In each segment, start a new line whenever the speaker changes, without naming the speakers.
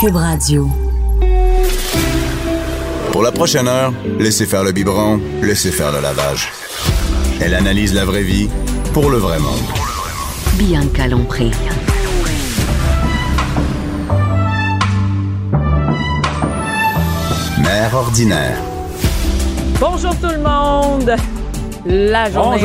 Cube Radio.
Pour la prochaine heure, laissez faire le biberon, laissez faire le lavage. Elle analyse la vraie vie pour le vrai monde.
Bianca Lompré.
Mère ordinaire.
Bonjour tout le monde! La journée.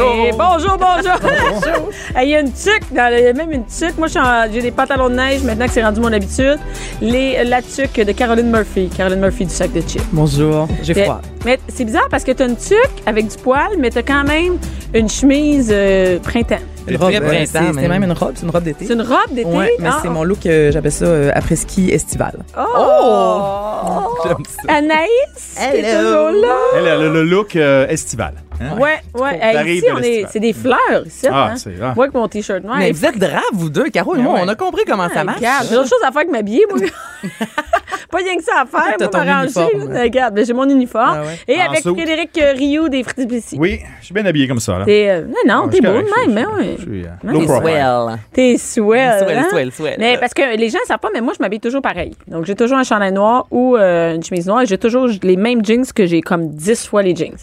bonjour!
Bonjour.
bonjour. Hey, Il y a une tuque, dans le- il y a même une tuque. Moi, je suis en- j'ai des pantalons de neige maintenant que c'est rendu mon habitude. Les, euh, la tuque de Caroline Murphy. Caroline Murphy du sac de chips.
Bonjour, j'ai
Mais-
froid.
Mais c'est bizarre parce que t'as une tuque avec du poil, mais t'as quand même une chemise euh, printemps.
Une
vrai
robe, euh,
printemps,
c'est- C'était
même.
même une robe, c'est une robe d'été.
C'est une robe d'été.
Ouais, mais
Ah,
c'est mon look, euh, j'appelle ça euh, après-ski estival.
Oh!
J'aime ça.
Anaïs, t'es
Hello.
toujours là.
Elle a le, le look euh, estival. hein?
Ouais, ouais. Hey,
T'arrives
ici,
de
on est,
l'estival.
c'est des fleurs ici.
Ah,
hein.
c'est- ah.
Moi, avec mon t-shirt noir.
Mais
Et
vous êtes graves, vous deux, Caro et
Mais
moi,
Ben ouais.
on a compris comment ça
Ah,
marche.
regarde, J'ai d'autres choses à faire que m'habiller, moi. pas rien que ça à faire,
T'as
moi,
ton
m'arranger.
uniforme.
là. Regarde, ben, j'ai mon uniforme.
Ah ouais.
Et
En
avec
saut.
Frédéric euh, Rioux des Fritiplessis.
Oui, je suis bien habillé comme ça. Là.
T'es, euh, non, non,
Ah, je
t'es
suis
beau
correct,
de
je-
même, hein,
je-
mais oui.
je suis, euh,
Non,
low
mais
profile.
Swell.
T'es swell.
Swell,
hein?
swell, swell.
Mais parce que les gens ne savent pas, mais moi, je m'habille toujours pareil. Donc, j'ai toujours un chandail noir ou euh, une chemise noire. et J'ai toujours les mêmes jeans que j'ai comme 10 fois les jeans.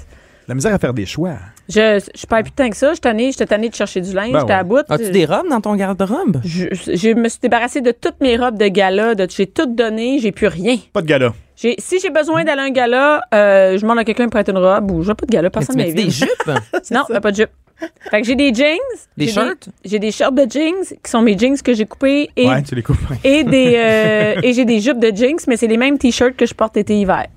La misère à faire des choix.
Je je suis pas plus tant que ça. Je suis tannée- J'étais tannée de chercher du linge.
Ben
J'étais à
ouais.
bout.
As-tu des robes dans ton garde-robe?
je, je me suis débarrassée de toutes mes robes de gala. de- J'ai tout donné. J'ai plus rien.
Pas de gala.
J'ai- si j'ai besoin d'aller à un gala, euh, je demande à quelqu'un de me prêter une robe ou je n'ai pas de gala,
Mais
personne
tu
ne m'a
mets
vu.
des jupes?
Non, j'ai pas de jupe. Fait que j'ai des jeans.
Des
j'ai
shirts?
J'ai des shorts de jeans qui sont mes jeans que j'ai coupés et,
Ouais, tu les coupes.
et des euh, et j'ai des jupes de jeans, mais c'est les mêmes t-shirts que je porte été-hiver.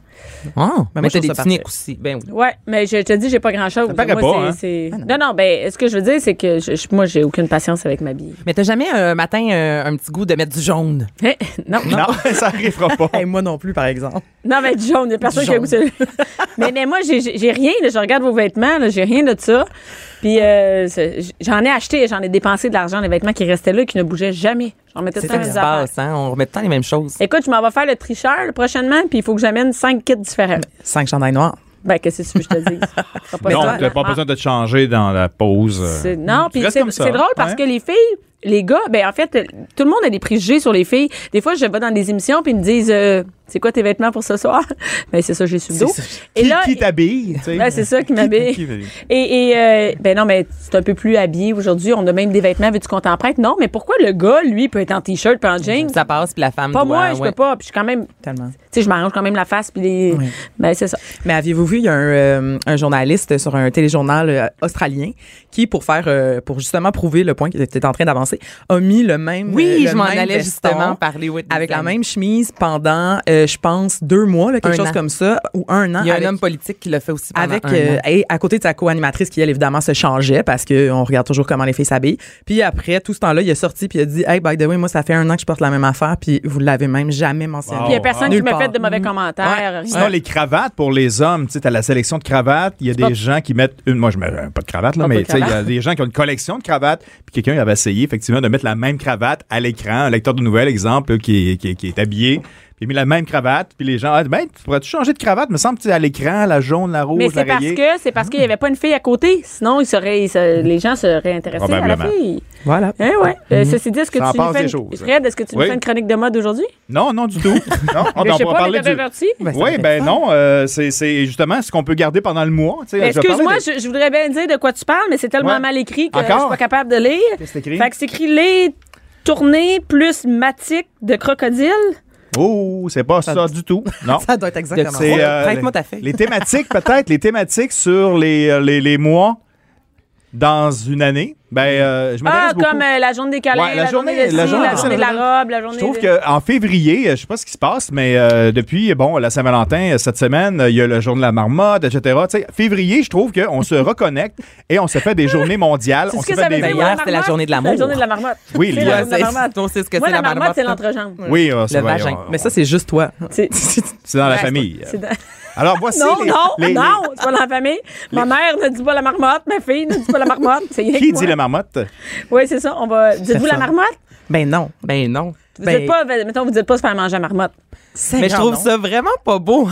Oh,
je
mais moi, t'as
trouve
des
ça
tuniques aussi. Ben oui.
Ouais, mais je te dis, j'ai pas grand-chose.
Ça paraît
Moi,
pas,
c'est- c'est- Non, non, ben, ce que je veux dire, c'est que je, je- moi, j'ai aucune patience avec ma bille.
Mais t'as jamais un matin euh, un petit goût de mettre du jaune?
Hein? non, non,
Non, ça arrivera
Oh.
pas.
Eh, moi non plus, par exemple.
non, mais du jaune, il y a personne
Du
qui a goûté. mais, mais moi, j'ai- j'ai j'ai rien, là, je regarde vos vêtements, là, j'ai rien de ça. Puis euh, c'est- j'en ai acheté, j'en ai dépensé de l'argent, les vêtements qui restaient là, qui ne bougeaient jamais. J'en mettais
C'est
tout
ça
le
qui se
temps
passe, hein? On remet tout le temps les mêmes choses.
Écoute, je m'en vais faire le tricheur là, prochainement, puis il faut que j'amène cinq kits différents.
Cinq chandails noirs.
Ben, qu'est-ce que tu veux que je te dise? T'as pas
non,
besoin.
t'as pas besoin de te changer dans la pause. euh.
Ah. C'est- Non,
Tu
puis
restes
c'est
comme ça.
c'est drôle parce
Ouais.
que les filles, les gars, ben en fait, euh, tout le monde a des préjugés sur les filles. Des fois, je vais dans des émissions puis ils me disent euh, c'est quoi tes vêtements pour ce soir Ben c'est ça, j'ai su le dos. Et
Qui-
là,
qui t'habille? tu sais?
ben, c'est ça qui
Qui- qui-
m'habille.
qui-
Et, et, euh, ben non, mais c'est un peu plus habillé aujourd'hui. On a même des vêtements, veux-tu qu'on t'en prête? Non, mais pourquoi le gars, lui, peut être en t-shirt puis en jean?
Ça passe, puis la femme
Pas
doit-
moi, je
ouais.
peux pas. Puis je suis quand même, tu
Tellement.
sais, je m'arrange quand même la face puis les. Ben c'est ça.
Mais aviez-vous vu, il y a un, euh, un journaliste sur un téléjournal euh, australien qui, pour faire, euh, pour justement prouver le point qu'il était en train d'avancer, a mis le même. euh,
Oui,
le
je m'en
même
allais
veston
justement parler oui, de
Avec la
ça.
même chemise pendant, euh, je pense, deux mois, là, quelque
Un
chose
an.
comme ça, ou un an.
Il y a un
avec-
homme politique qui l'a fait aussi pendant
avec
un
euh,
an.
et à côté de sa co-animatrice qui elle évidemment se changeait parce que on regarde toujours comment les filles s'habillent. Puis après tout ce temps-là, il est sorti puis il a dit "Hey by the way, moi ça fait un an que je porte la même affaire puis vous l'avez même jamais mentionné."
Wow.
Puis il y a
Oh,
personne
ah.
qui
Nulle
m'a fait
part.
de mauvais
Mm.
commentaires. rien.
Sinon, les cravates pour les hommes, tu sais, t'as la sélection de cravates. Il y a des gens qui mettent une. Moi, je mets euh, pas de cravate, là,
Pas
mais
de
tu sais, il y a des gens qui ont une collection de cravates. Puis quelqu'un avait essayé, effectivement, de mettre la même cravate à l'écran. Un lecteur de nouvelles, exemple, là, qui, est- qui est- qui est habillé. Puis il a mis la même cravate. Puis les gens, ah, ben, tu pourrais-tu changer de cravate? Me semble, tu sais, à l'écran, la jaune, la rouge,
Mais
la
c'est parce
rayée.
que c'est parce qu'il n'y avait pas une fille à côté. Sinon, il serait, il se- les gens seraient intéressés à la
Probablement. Mm-hmm.
fille.
Voilà.
Hein, ouais. Euh, Ceci dit, est-ce que
Ça en
tu nous
passe
fais
des
une...
choses.
Fred, est-ce que tu nous
Oui.
fais une chronique de mode aujourd'hui?
Non, non, du tout. non, on
Je
en
sais
va
pas,
parler
mais t'as
du.
averti?
ça
Oui,
fait
ben
fun.
non, euh, c'est- c'est justement ce qu'on peut garder pendant le mois. tu sais. Je vais parler
Excuse-moi,
de-
je, je voudrais bien dire de quoi tu parles, mais c'est tellement
Ouais.
mal écrit que
Encore?
je suis pas capable de lire.
Qu'est-ce que c'est écrit?
Fait que c'est écrit les tournées plus matique de crocodile.
Oh, c'est pas ça, du tout. Non.
Ça doit être exactement ça.
C'est euh,
Traite-moi ta feuille.
les thématiques peut-être, les thématiques sur les, euh, les, les mois dans une année. Ben, euh, je m'intéresse
Ah,
beaucoup.
comme euh, la journée des câlins,
Ouais,
la, journée, de la, journée, la journée de la robe, la journée
Je trouve
de-
qu'en février, euh, je sais pas ce qui se passe, mais euh, depuis, bon, la Saint-Valentin, euh, cette semaine, euh, il y a le jour de la marmotte, etc. Tu sais, février, je trouve qu'on se reconnecte et on se fait des journées mondiales.
C'est
on
ce
se
que
fait
ça veut
des-
dire,
Ben, hier, c'était la
marmotte?
journée de
C'est La
l'amour.
journée de la marmotte. C'est
Oui, il y
la
a-
Ouais,
journée de la marmotte.
on sait ce que
Moi,
c'est
la marmotte, c'est
marmotte.
l'entrejambe.
Oui, euh, c'est
Le
vrai,
vagin.
on-
Mais ça, c'est juste toi.
C'est-
c'est dans la
Ouais,
famille.
c'est dans-
Alors, voici
Non,
les-
non,
les- les-
non, c'est pas dans la famille. Ma mère ne dit pas la marmotte, ma fille ne dit pas la marmotte. C'est rien
Qui dit la marmotte?
Oui, c'est ça. On va. Dites-vous la
ça.
marmotte?
Ben non. Ben non.
Vous dites pas, mettons, vous dites pas se faire manger la marmotte.
Mais je trouve ça vraiment pas beau.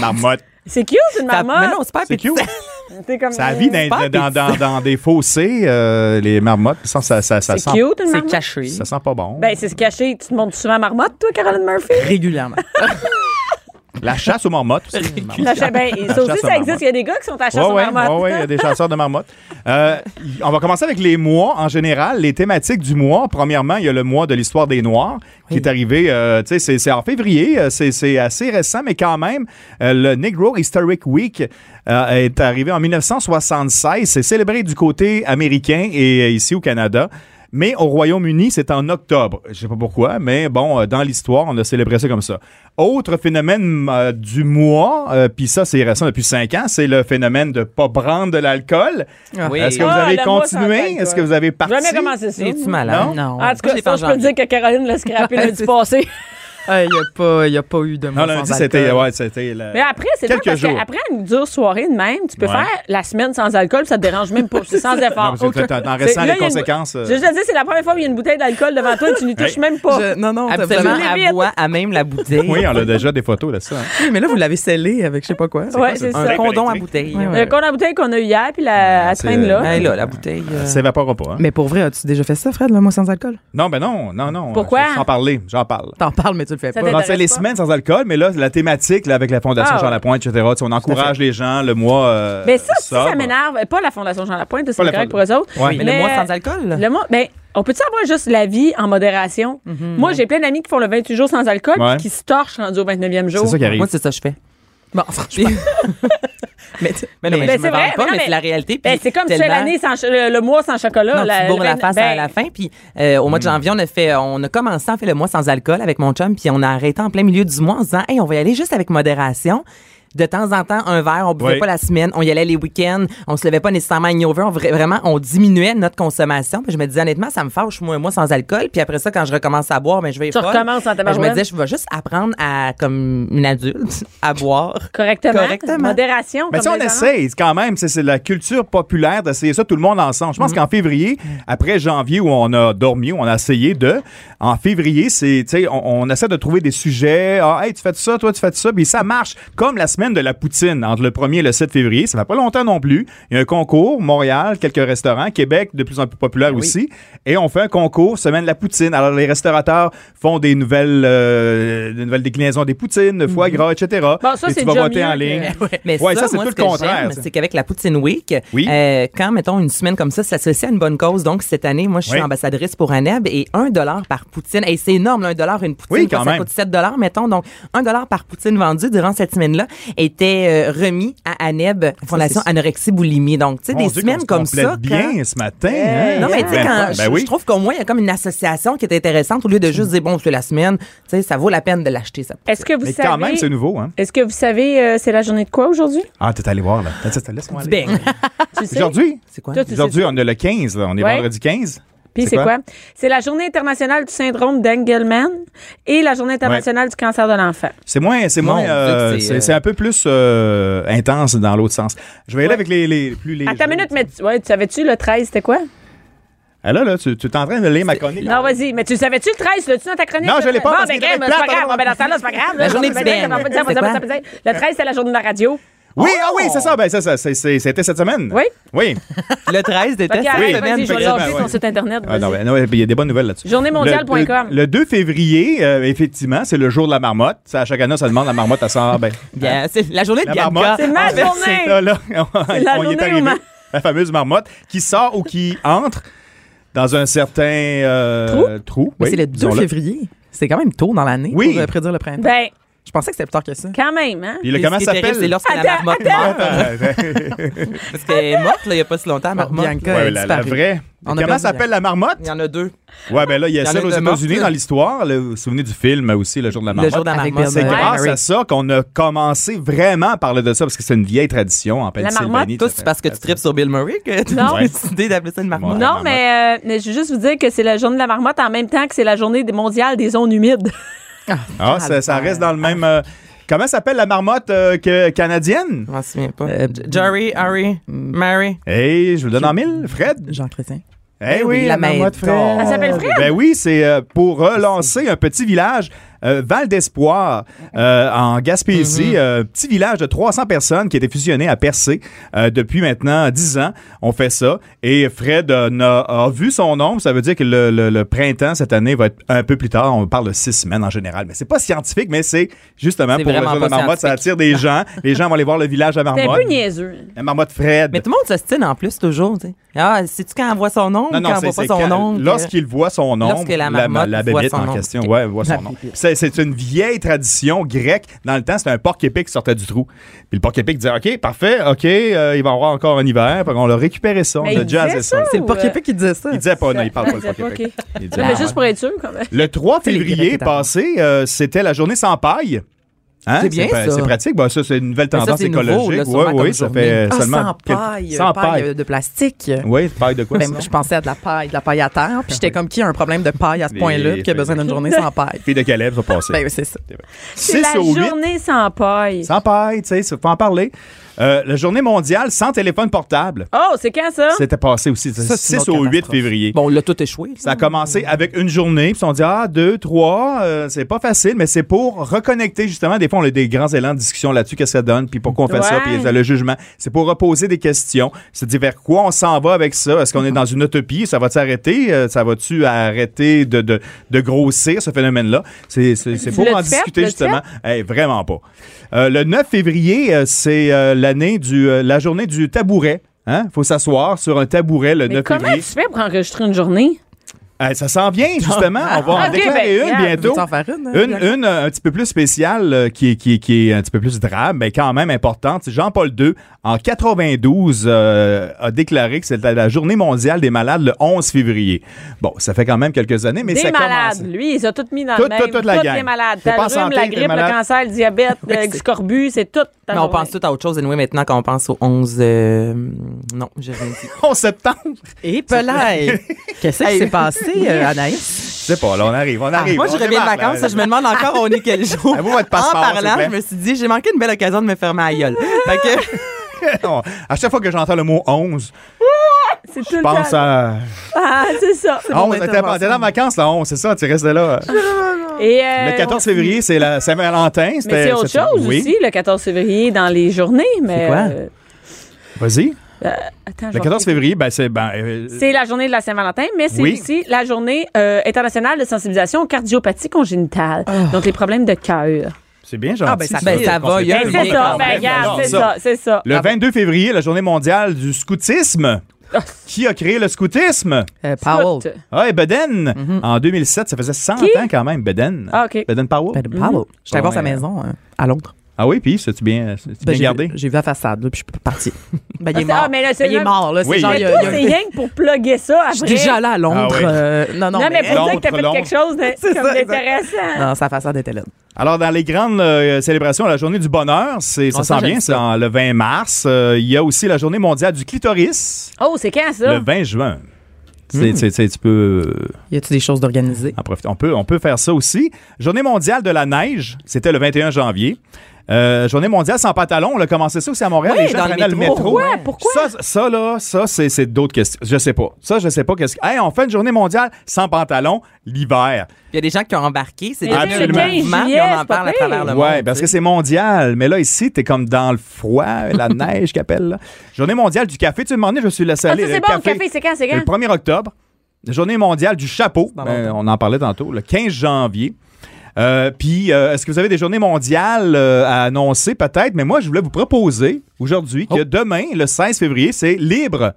Marmotte.
C'est cute, une
Ça-
marmotte.
mais non, c'est pas
C'est cute.
appétissant.
T'es comme,
Ça vit
euh,
dans,
pas
dans, dans- dans des fossés, euh, les marmottes. Ça, ça, ça, ça
C'est
sent,
cute, une
C'est
marmotte.
caché.
ça sent pas bon.
Ben, c'est se cacher. Tu te montres souvent marmotte, toi, Caroline Murphy?
Régulièrement.
La chasse aux marmottes. aussi.
La cha- ben, et ça
chasse
aussi,
aux
ça existe. Il y a des gars qui sont à la chasse aux
ouais,
marmottes.
ouais, ouais, il y a des chasseurs de marmottes. Euh, y- on va commencer avec les mois en général, les thématiques du mois. Premièrement, il y a le mois de l'histoire des Noirs qui est arrivé, euh, tu sais, c'est- c'est en février, euh, c'est- c'est assez récent, mais quand même, euh, le Negro Historic Week euh, est arrivé en 1976. C'est célébré du côté américain et euh, ici au Canada. Mais au Royaume-Uni, c'est en octobre. Je sais pas pourquoi, mais bon, euh, dans l'histoire, on a célébré ça comme ça. Autre phénomène euh, du mois, euh, puis ça, c'est récent depuis cinq ans, c'est le phénomène de pas prendre de l'alcool.
Oui.
Est-ce que vous
Ah,
avez
le mois sans
continué?
alcool.
Est-ce que vous avez
J'ai
parti?
Jamais commencé ça.
Es-tu malade?
Non.
En tout
Moi,
cas,
l'ai fait
ça,
en
je peux
janvier.
dire que Caroline l'a scrappé
Ouais,
lundi
c'est-
passé.
Ah, Il n'y a, pas- il y a pas eu de
Non,
mois
lundi,
sans
c'était...
alcool.
Ouais, c'était le-
Mais après, c'est bien
Quelques
parce
jours.
qu'après une dure soirée de même, tu peux
Ouais.
faire la semaine sans alcool, ça te dérange même pas. C'est sans effort.
Non, mais c'est- en- en
C'est-
restant les
il y a une-
conséquences, euh.
Je te dis, c'est la première fois où il y a une bouteille d'alcool devant toi et tu n'y touches
Hey.
même pas.
Je- non, non, t'as
Absolument.
vraiment
Je
à
l'évite.
bois, à même la bouteille.
Oui, on a déjà des photos de ça. hein.
Euh.
Oui, mais là, vous l'avez scellé avec je sais pas quoi.
Ouais, c'est
Un
ça.
condom à
électrique.
bouteille.
Le con à bouteille Euh, qu'on a eu hier, puis la elle
c'est-
traîne là.
Ouais, là, la bouteille. euh,
Ça s'évapore pas. hein.
Mais pour vrai, as-tu déjà fait ça, Fred, le mois sans alcool?
Non, ben non, non, non.
Pourquoi?
J'en parler, j'en parle.
T'en parles, mais tu le fais
Ça
pas.
t'intéresse
Non, c'est les
pas?
semaines sans alcool, mais là, la thématique là, avec la Fondation
Ah,
Jean
ouais.
Lapointe, etc., tu sais, on encourage les gens le mois. euh,
Mais Ben, ça, ça, ça
sobre.
m'énerve. Pas la Fondation Jean Lapointe, c'est
Pas la
correct pour
Fondation.
eux autres.
Ouais.
Oui,
Mais
le mois sans alcool?
Le mois, ben, on peut-tu avoir juste la vie en modération?
Mhm.
Moi, j'ai plein d'amis qui font le 28 jours sans alcool
Ouais.
puis qui se torchent rendu au 29e jour.
C'est ça qui arrive.
Moi, c'est ça que je fais. Bon, franchement. mais, tu- mais non, mais,
Ben,
je
c'est
me
vrai,
vante
mais
pas,
non,
mais,
mais-
c'est la réalité.
Ben,
puis
c'est comme tu fais
tellement-
l'année sans ch- le, le mois sans chocolat.
Non,
la-
tu bourres
le-
la face
ben,
à la fin. Puis euh, au mois de janvier, on a fait, on a commencé à faire le mois sans alcool avec mon chum, puis on a arrêté en plein milieu du mois en se disant, hey, on va y aller juste avec modération. De temps en temps, un verre, on buvait
Oui.
pas la semaine, on y allait les week-ends, on se levait pas nécessairement à hangover, on vra- vraiment, on diminuait notre consommation. Puis je me disais, honnêtement, ça me fâche, moi, moi, sans alcool. Puis après ça, quand je recommence à boire, ben, je vais
Tu recommences en
ben, Je me
tabarouette.
disais, je vais juste apprendre à, comme une adulte, à boire.
Correctement.
Correctement.
Modération.
Mais si
comme
on
les gens.
essaye quand même, c'est c'est la culture populaire d'essayer ça tout le monde ensemble. Je
Mm.
pense qu'en février, après janvier où on a dormi, où on a essayé de, en février, c'est, tu sais, on, on essaie de trouver des sujets. Ah, hey, tu fais ça, toi, tu fais ça, puis ça marche. Comme la semaine de la poutine entre le 1er et le 7 février, ça fait pas longtemps non plus. Il y a un concours, Montréal, quelques restaurants, Québec, de plus en plus
Ah
populaire aussi, et on fait un concours semaine de la poutine. Alors les restaurateurs font des nouvelles, euh, des nouvelles déclinaisons des poutines, de foie gras, etc.
Mm-hmm. Bon, ça,
et
c'est
tu vas
déjà
voter
mieux
en
que-
ligne.
Mais
Ouais, ça,
ça,
c'est
moi,
tout
ce
le
que
contraire,
j'aime,
ça.
c'est qu'avec la Poutine Week,
Oui.
euh, quand, mettons, une semaine comme ça s'associe à une bonne cause, donc cette année, moi, je suis
Oui.
ambassadrice pour ANEB et un dollar par Poutine, et c'est énorme, là, un dollar une Poutine,
Oui, quand
quoi, ça
même.
coûte 7 dollars, mettons, donc un dollar par Poutine vendu durant cette semaine-là était euh, remis à
Ah,
ANEB, Fondation Anorexie Boulimie. Donc, tu sais,
Mon
des
Dieu,
semaines
qu'on se
comme
complète
ça. quand- Euh,
bien ce matin. hein?
non, mais tu sais,
Ben,
quand-
ben
je,
oui.
je trouve qu'au moins, il y a comme une association qui est intéressante au lieu de juste dire, bon, c'est la semaine, tu sais, ça vaut la peine de l'acheter, ça.
Est-ce que vous
Mais
savez.
quand même, c'est nouveau. Hein?
Est-ce que vous savez, euh, c'est la journée de quoi aujourd'hui?
Ah, t'es allé voir, là. T'as- t'as- t'as- laisse-moi
Du
aller.
beigne.
Tu sais?
Ah, Aujourd'hui?
ben, C'est quoi?
Toi, tu sais
Aujourd'hui,
ça.
on est le 15, là. On est
Ouais.
vendredi 15.
Puis c'est quoi? C'est la journée internationale du syndrome d'Engelmann et la journée internationale du cancer de l'enfant.
C'est moins, c'est
Mon
moins,
Dieu,
euh,
que c'est,
c'est
euh,
c'est un peu plus euh, intense dans l'autre sens. Je vais aller avec les, les plus les.
À ta
jeux.
minute, mais tu, ouais, tu savais-tu le 13, c'était quoi?
Ah là, là, tu, tu es en train de lire ma chronique.
Non, vas-y, mais tu le savais-tu le 13? L'as-tu dans ta chronique?
Non, je l'ai pas,
Bon,
parce
ben,
qu'il devait
crème,
être
c'est pas
plate,
grave.
pardon.
Ben, dans ce temps-là, c'est pas grave. là.
La journée
Ça
du
veut dire,
Ben.
ça veut dire, ça veut dire, ça veut dire. Le 13, c'est la journée de la radio.
Oui, ah oui, c'est ça. Ben, c'est ça. c'est- c'est- C'était cette semaine.
Oui.
Oui.
Le 13
Fait
déteste
que, arrête, vas-y, je vais
précisément,
lancer
ouais.
ton site Internet.
Ah, non,
vas-y.
ben, non, il y a des bonnes nouvelles là-dessus.
Journéemondiale.com.
Le, le, le 2 février, euh, effectivement, c'est le jour de la marmotte. Ça, à chaque année, ça demande la marmotte à 100. Ben,
Bien, c'est la journée de
La marmotte.
Bianca.
C'est ma
Ah, ben,
journée.
c'est ça, là. on
C'est la
y
journée
est
où
arrivé.
ma-
La fameuse marmotte qui sort ou qui entre dans un certain euh, trou.
Mais
oui,
c'est le 2
disons-le.
février. C'est quand même tôt dans l'année
Oui.
pour euh, prédire le printemps.
Ben,
Je pensais que c'était plus tard que ça.
Quand même, hein?
Puis là,
Et
comment
ce qui est
ça
terrible, C'est
s'appelle?
lorsque la
Attends,
marmotte meurt. Parce qu'elle est morte, là, il n'y a pas si longtemps, la marmotte.
Ouais,
Bianca a
la, la
disparu.
vraie.
On a
Comment
perdu
s'appelle la marmotte?
Il y en a deux.
Ouais, ben là, il y
Il
a
y en a
celle
une
aux
de morte,
États-Unis
là.
dans l'histoire. là. Vous vous souvenez du film aussi, Le jour de la
Le
marmotte?
jour de la
Avec
marmotte.
C'est
Ouais.
grâce
Mary.
à ça qu'on a commencé vraiment à parler de ça parce que c'est une vieille tradition en Pennsylvanie.
marmotte,
Toi, c'est parce que tu tripes sur Bill Murray que tu
Non.
as décidé d'appeler ça une marmotte.
Ouais.
Non, mais, euh, mais je veux juste vous dire que c'est la journée de la marmotte en même temps que c'est la journée des- mondiale des zones humides.
Ah, ça, ça reste dans le même. euh, comment s'appelle la marmotte euh, que, canadienne?
Je m'en souviens pas. J- Jerry, Harry, Mary.
Hey, je vous le donne en mille, Fred.
Jean Chrétien.
Eh oui,
oui,
la
la
marmotte
main d'or.
Fred.
Elle s'appelle Fred?
Ben oui, c'est euh, pour relancer un petit village, euh, Val d'Espoir, euh, en
Mhm.
Gaspésie. euh, petit village de 300 personnes qui était fusionné à Percé euh, depuis maintenant 10 ans. On fait ça. Et Fred euh, n'a- a, vu son nombre. Ça veut dire que le, le- le printemps cette année va être un peu plus tard. On parle de six semaines en général. Mais c'est pas scientifique, mais c'est justement
C'est
pour le
vraiment
jour de la
pas
marmotte. Ça attire des gens. Les gens vont aller voir le village à
C'est un
marmotte.
peu niaiseux. hein.
La marmotte Fred.
Mais tout le monde s'ostine en plus toujours. tu sais. Ah, c'est-tu quand elle voit son nom ou
Non, non,
quand elle
c'est
voit pas
c'est
son
quand-
nom? que-
Lorsqu'il voit son nom,
Lorsque la marmotte
la
voit
bébite
son
en
nom.
question, ouais, voit son nom. C'est c'est une vieille tradition grecque. Dans le temps, c'était un porc-épic qui sortait du trou. Puis le porc-épic disait, OK, parfait, OK, euh, il va y avoir encore un hiver. Puis on l'a récupéré ça, on
Mais
a
il
jazzé
disait
ça.
ça?
C'est le porc-épic qui disait ça.
Il disait pas, non, il parle Ah, pas le
Je sais pas,
porc-épic.
ok.
Il disait,
Là,
ah,
mais juste
ouais.
pour être sûr, quand même.
Le 3
C'est les Grecs
février
qui étaient avant.
passé, euh, c'était la journée sans paille. Hein?
C'est bien,
pa-
ça.
C'est pratique. Ben, ça, c'est une nouvelle
Mais ça,
tendance
c'est nouveau,
écologique.
là,
oui,
sûrement
oui,
comme
ça
journée.
fait euh,
Ah,
seulement.
sans
quelques-
paille,
Sans
paille
paille.
euh, de plastique.
Oui, paille de quoi?
Ben,
ça?
moi, je pensais à de la paille, de la paille à terre, puis j'étais comme qui a un problème de paille à ce
Les-
point-là, puis qui a besoin d'une journée sans paille.
Filles de Caleb sont passées.
Ben oui, c'est ça.
C'est
6
la
au 8.
journée sans paille.
Sans paille, tu sais, ça, faut en parler. Euh, la journée mondiale sans téléphone portable.
Oh, c'est quand ça?
C'était passé aussi,
Ça, c'est une
6
autre
au 8
catastrophe.
février.
Bon, là, tout échoué.
Ça a commencé avec une journée, puis on dit ah deux, trois, euh, c'est pas facile, mais c'est pour reconnecter justement. Des fois on a des grands élans de discussion là-dessus qu'est-ce que ça donne, puis pourquoi on fait ça,
Ouais.
puis le jugement. C'est pour reposer des questions, se dire vers quoi on s'en va avec ça. Est-ce qu'on
Mm-hmm.
est dans une utopie Ça va s'arrêter Euh, Ça va-tu arrêter de, de, de grossir ce phénomène-là C'est c'est- c'est
Tu
pour
l'as-tu
en
fait?
discuter
L'as-tu
justement. Eh, vraiment pas. Euh, le 9 février, euh, c'est euh, l'année du euh, la journée du tabouret. Hein? Faut s'asseoir sur un tabouret le
Mais
9
comment
février.
tu fais pour enregistrer une journée?
Euh, ça s'en vient, justement. On va en
Ok,
déclarer
ben,
une
regarde,
bientôt.
Veux-tu en faire une, hein,
Une,
Bianca?
une, euh, un petit peu plus spéciale, euh, qui, est- qui, est- qui est un petit peu plus drabe, mais quand même importante. C'est Jean-Paul II, en 92, euh, a déclaré que c'était la journée mondiale des malades le 11 février. Bon, ça fait quand même quelques années, mais
des
ça
malades.
commence.
Lui, ils ont tout mis dans
Tout-
le même.
tout- toute la
Toutes
gang.
les malades.
T'es
T'as
pas
le
en
rhume,
santé,
la
t'es
grippe,
malade.
le cancer, le diabète, le scorbut, c'est tout.
Mais on pense tout à autre chose, anyway, maintenant qu'on pense au 11. euh, Non, j'ai rien dit.
11 septembre.
Et Pelay! Qu'est-ce qui s'est passé, euh, Anaïs?
Je sais pas, là, on arrive,
Ah,
on arrive.
Moi, je
on
reviens de
démarre,
vacances,
là.
je me demande encore on est quel jour.
Avoue votre passeport,
en
s'il vous
parlant,
plaît.
je me suis dit, j'ai manqué une belle occasion de me fermer à gueule. Fait que,
Non, à chaque fois que j'entends le mot 11,
C'est tout le
je pense
temps.
à.
Ah, c'est ça.
11, t'es en- t'es en vacances, là, 11, c'est ça, tu restes là.
Et, euh,
Le 14 février, c'est la Saint-Valentin.
Mais c'est
c'était-
autre
c'était-
chose
oui.
aussi, le 14 février, dans les journées. mais
quoi?
euh,
Vas-y.
attends, je
Le
vais
14 février, ben c'est. Ben, euh,
C'est la journée de la Saint-Valentin, mais c'est
Oui.
aussi la journée euh, internationale de sensibilisation aux cardiopathies congénitales,
Ah.
donc les problèmes de cœur.
c'est bien gentil.
Ah, ben, ça- ben, ça
qu'on
va,
s'est
il y a
fait
un
Ben,
le
c'est
mot
ça,
quand
ben,
même.
regarde,
Non,
c'est
ça.
ça, c'est ça.
Le 22 février, la journée mondiale du scoutisme. Qui a créé le scoutisme?
euh,
Écoute,
Powell.
Ah, et Beden. En 2007, ça faisait 100
Mhm. Qui?
ans quand même, Beden.
Ah, OK.
Beden Powell.
Ben, de Powell. J'étais voir
Ouais.
sa maison euh, à Londres.
Ah oui, puis c'est-tu bien, c'est-tu
Ben,
bien
j'ai-
gardé?
J'ai vu la façade, là, puis je suis parti. Ben, il est
Ah,
mort.
mais là,
Ben,
c'est
il est
là-
mort, là.
Oui,
c'est genre,
mais
il y
Toi,
a- il y a-
c'est rien que pour plugger ça
Je
après.
suis déjà allé à Londres.
Ah ouais.
euh, non, non,
Non, mais
Londres,
pour dire que t'as fait
Londres.
quelque chose de-
C'est
comme
ça, exact.
d'intéressant.
Non, sa façade était là.
Alors, dans les grandes euh, célébrations, la journée du bonheur, c'est, ça
Ah, ça,
sent bien,
j'aime
c'est
ça.
en- le 20 mars. Euh, Il y a aussi la journée mondiale du clitoris,
Oh, c'est quand ça?
le 20 juin. C'est, c'est- c'est- tu peux euh,
Y a-tu des choses d'organiser?
en profiter. On peut, on peut faire ça aussi. Journée mondiale de la neige, c'était le 21 janvier. Euh, journée mondiale sans pantalon, on a commencé ça aussi à Montréal.
Ouais,
les gens
dans le
prenaient le métro.
métro.
Pourquoi? Pourquoi? Ah,
Ça, ça, là, ça, c'est c'est d'autres questions. Je sais pas. Ça, je sais pas qu'est-ce que. Hey, on fait une journée mondiale sans pantalon l'hiver.
Il y a des gens qui ont embarqué, c'est
Mais
devenu
tu sais,
le
le 15
mouvement,
juillet,
puis on
c'est
en
pas
parle à
pire.
travers le monde.
Ouais, parce que
tu sais.
c'est mondial. Mais là, ici, t'es comme dans le froid, la neige qu'appelle, là. Journée mondiale du café. Tu sais, un moment donné, je me suis laissé
Ah,
aller.
ça, c'est
le
bon, le café, c'est quand, c'est
Le
quand?
1er octobre, journée mondiale du chapeau,
Dans
Ben,
longtemps.
on en parlait tantôt, le 15 janvier. Euh, Puis, euh, est-ce que vous avez des journées mondiales euh, à annoncer peut-être? Mais moi, je voulais vous proposer aujourd'hui
Oh.
que demain, le 16 février, c'est libre.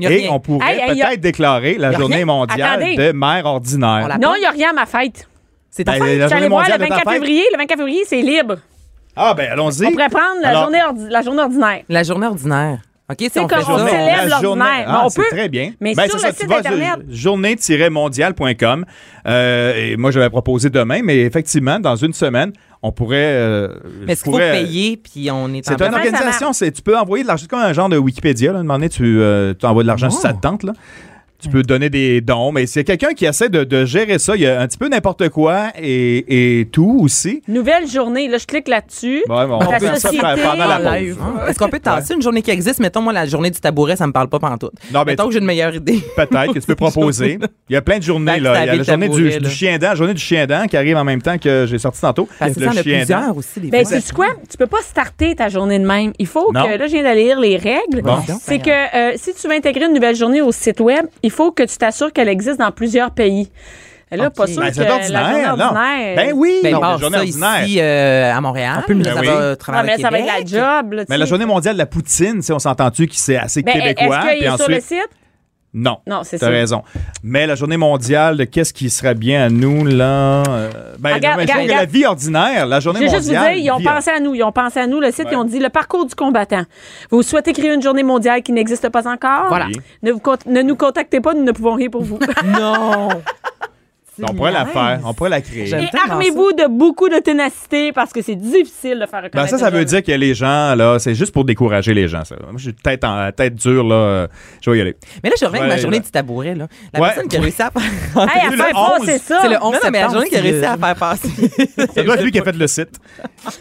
Il y a
Et
rien.
on pourrait
Hey, hey, y a-
peut-être déclarer la
y a
journée
rien.
mondiale
Attendez.
de mère ordinaire.
On la-
Non, il n'y a rien à ma fête.
C'est ta
Ben,
fête.
la
J'allais
journée
voir le
mondiale de ta
24
fête?
février. Le 24 février, c'est libre.
Ah, ben, allons-y.
On pourrait prendre la,
Alors-
journée, ordi- la journée ordinaire.
La journée ordinaire. OK, si
C'est
on fait
comme- on
ça.
célèbre
La journée-
l'ordinaire.
Ah,
Mais on
c'est
peut-
très bien.
mais
Ben,
sur
c'est
le
ça,
site
tu vas
Internet.
sur journée-mondiale.com. Euh, et moi, j'avais proposé demain, mais effectivement, dans une semaine, on pourrait. euh,
Mais
je
est-ce qu'il faut
pourrais, euh,
payer, puis on est en
C'est une
ça marche.
organisation, c'est, tu peux envoyer de l'argent. C'est comme un genre de Wikipédia. Là. À un moment donné, tu euh, tu envoies de
Oh.
l'argent si ça te tente. Là. Tu peux donner des dons, mais c'est quelqu'un qui essaie de, de gérer ça. Il y a un petit peu n'importe quoi et, et tout aussi.
Nouvelle journée. Là, je clique là-dessus.
Bon, bon, on
La
peut faire
société-
ça pendant la
en
pause.
live. Hein? Est-ce qu'on peut tasser une journée qui existe? Mettons, moi, la journée du tabouret, ça me parle pas pantoute.
Non, mais
Mettons que j'ai une meilleure idée.
peut-être que tu peux
Journée.
proposer. Il y a plein de journées.
Taxe
Là. Il y a la
tabée,
journée du,
tabouret,
du
là.
chien dent, la journée du chien dent qui arrive en même temps que j'ai sorti tantôt.
Parce que ça, on a plusieurs aussi, des
Ben,
fois.
sais-tu quoi? Tu peux pas starter ta journée de même. Il faut
Non.
que, là, je viens d'aller lire les règles.
Bon.
C'est que euh, si tu veux intégrer une nouvelle journée au site Web, il faut que tu t'assures qu'elle existe dans plusieurs pays. Là,
Ok.
pas sûr
Ben,
que
c'est ordinaire,
la journée
non?
ordinaire.
Ben oui,
Ben,
non, la
part
journée
ça
ordinaire.
ici euh, à Montréal.
me
ça
le
va
dire.
euh,
Ah, mais là,
travailler au
ça va être la
Québec.
job. Là, tu
Mais la
sais.
journée mondiale de la poutine, si on s'entend-tu que c'est assez
Ben,
québécois?
Est-ce qu'il
puis
est sur le
ensuite-
site?
Non.
Non, c'est
T'as
sûr.
raison. Mais la journée mondiale de qu'est-ce qui serait bien à nous, là. euh, ben,
Regarde,
non, mais je trouve
regarde,
que la
regarde.
vie ordinaire, la journée
Je vais
mondiale.
juste vous dire, ils ont
vie- hein.
pensé à nous. Ils ont pensé à nous. Le site,
Ouais.
ils ont dit le parcours du combattant. Vous souhaitez créer une journée mondiale qui n'existe pas encore?
Voilà.
Oui.
Ne, vous con- ne nous contactez pas, nous ne pouvons rien pour vous.
Non!
On pourrait la faire, on pourrait la créer.
J'aime
Et
tellement ça.
armez-vous de beaucoup de ténacité parce que c'est difficile de faire reconnaître.
Ben ça, ça
une
veut
journée.
dire que les gens, là, c'est juste pour décourager les gens. Ça. Moi, je suis tête, en, tête dure, là. euh, Je vais y aller.
Mais là, je reviens avec
Ouais,
ma journée
là.
du tabouret. Là. La
Ouais.
personne qui a réussi à faire.
Hey, à
Le
faire pas,
11,
c'est ça.
C'est le 11
Non, non,
septembre.
mais
Mais
la
la journée qui a réussi à faire passer.
Ça doit être lui qui a fait le site.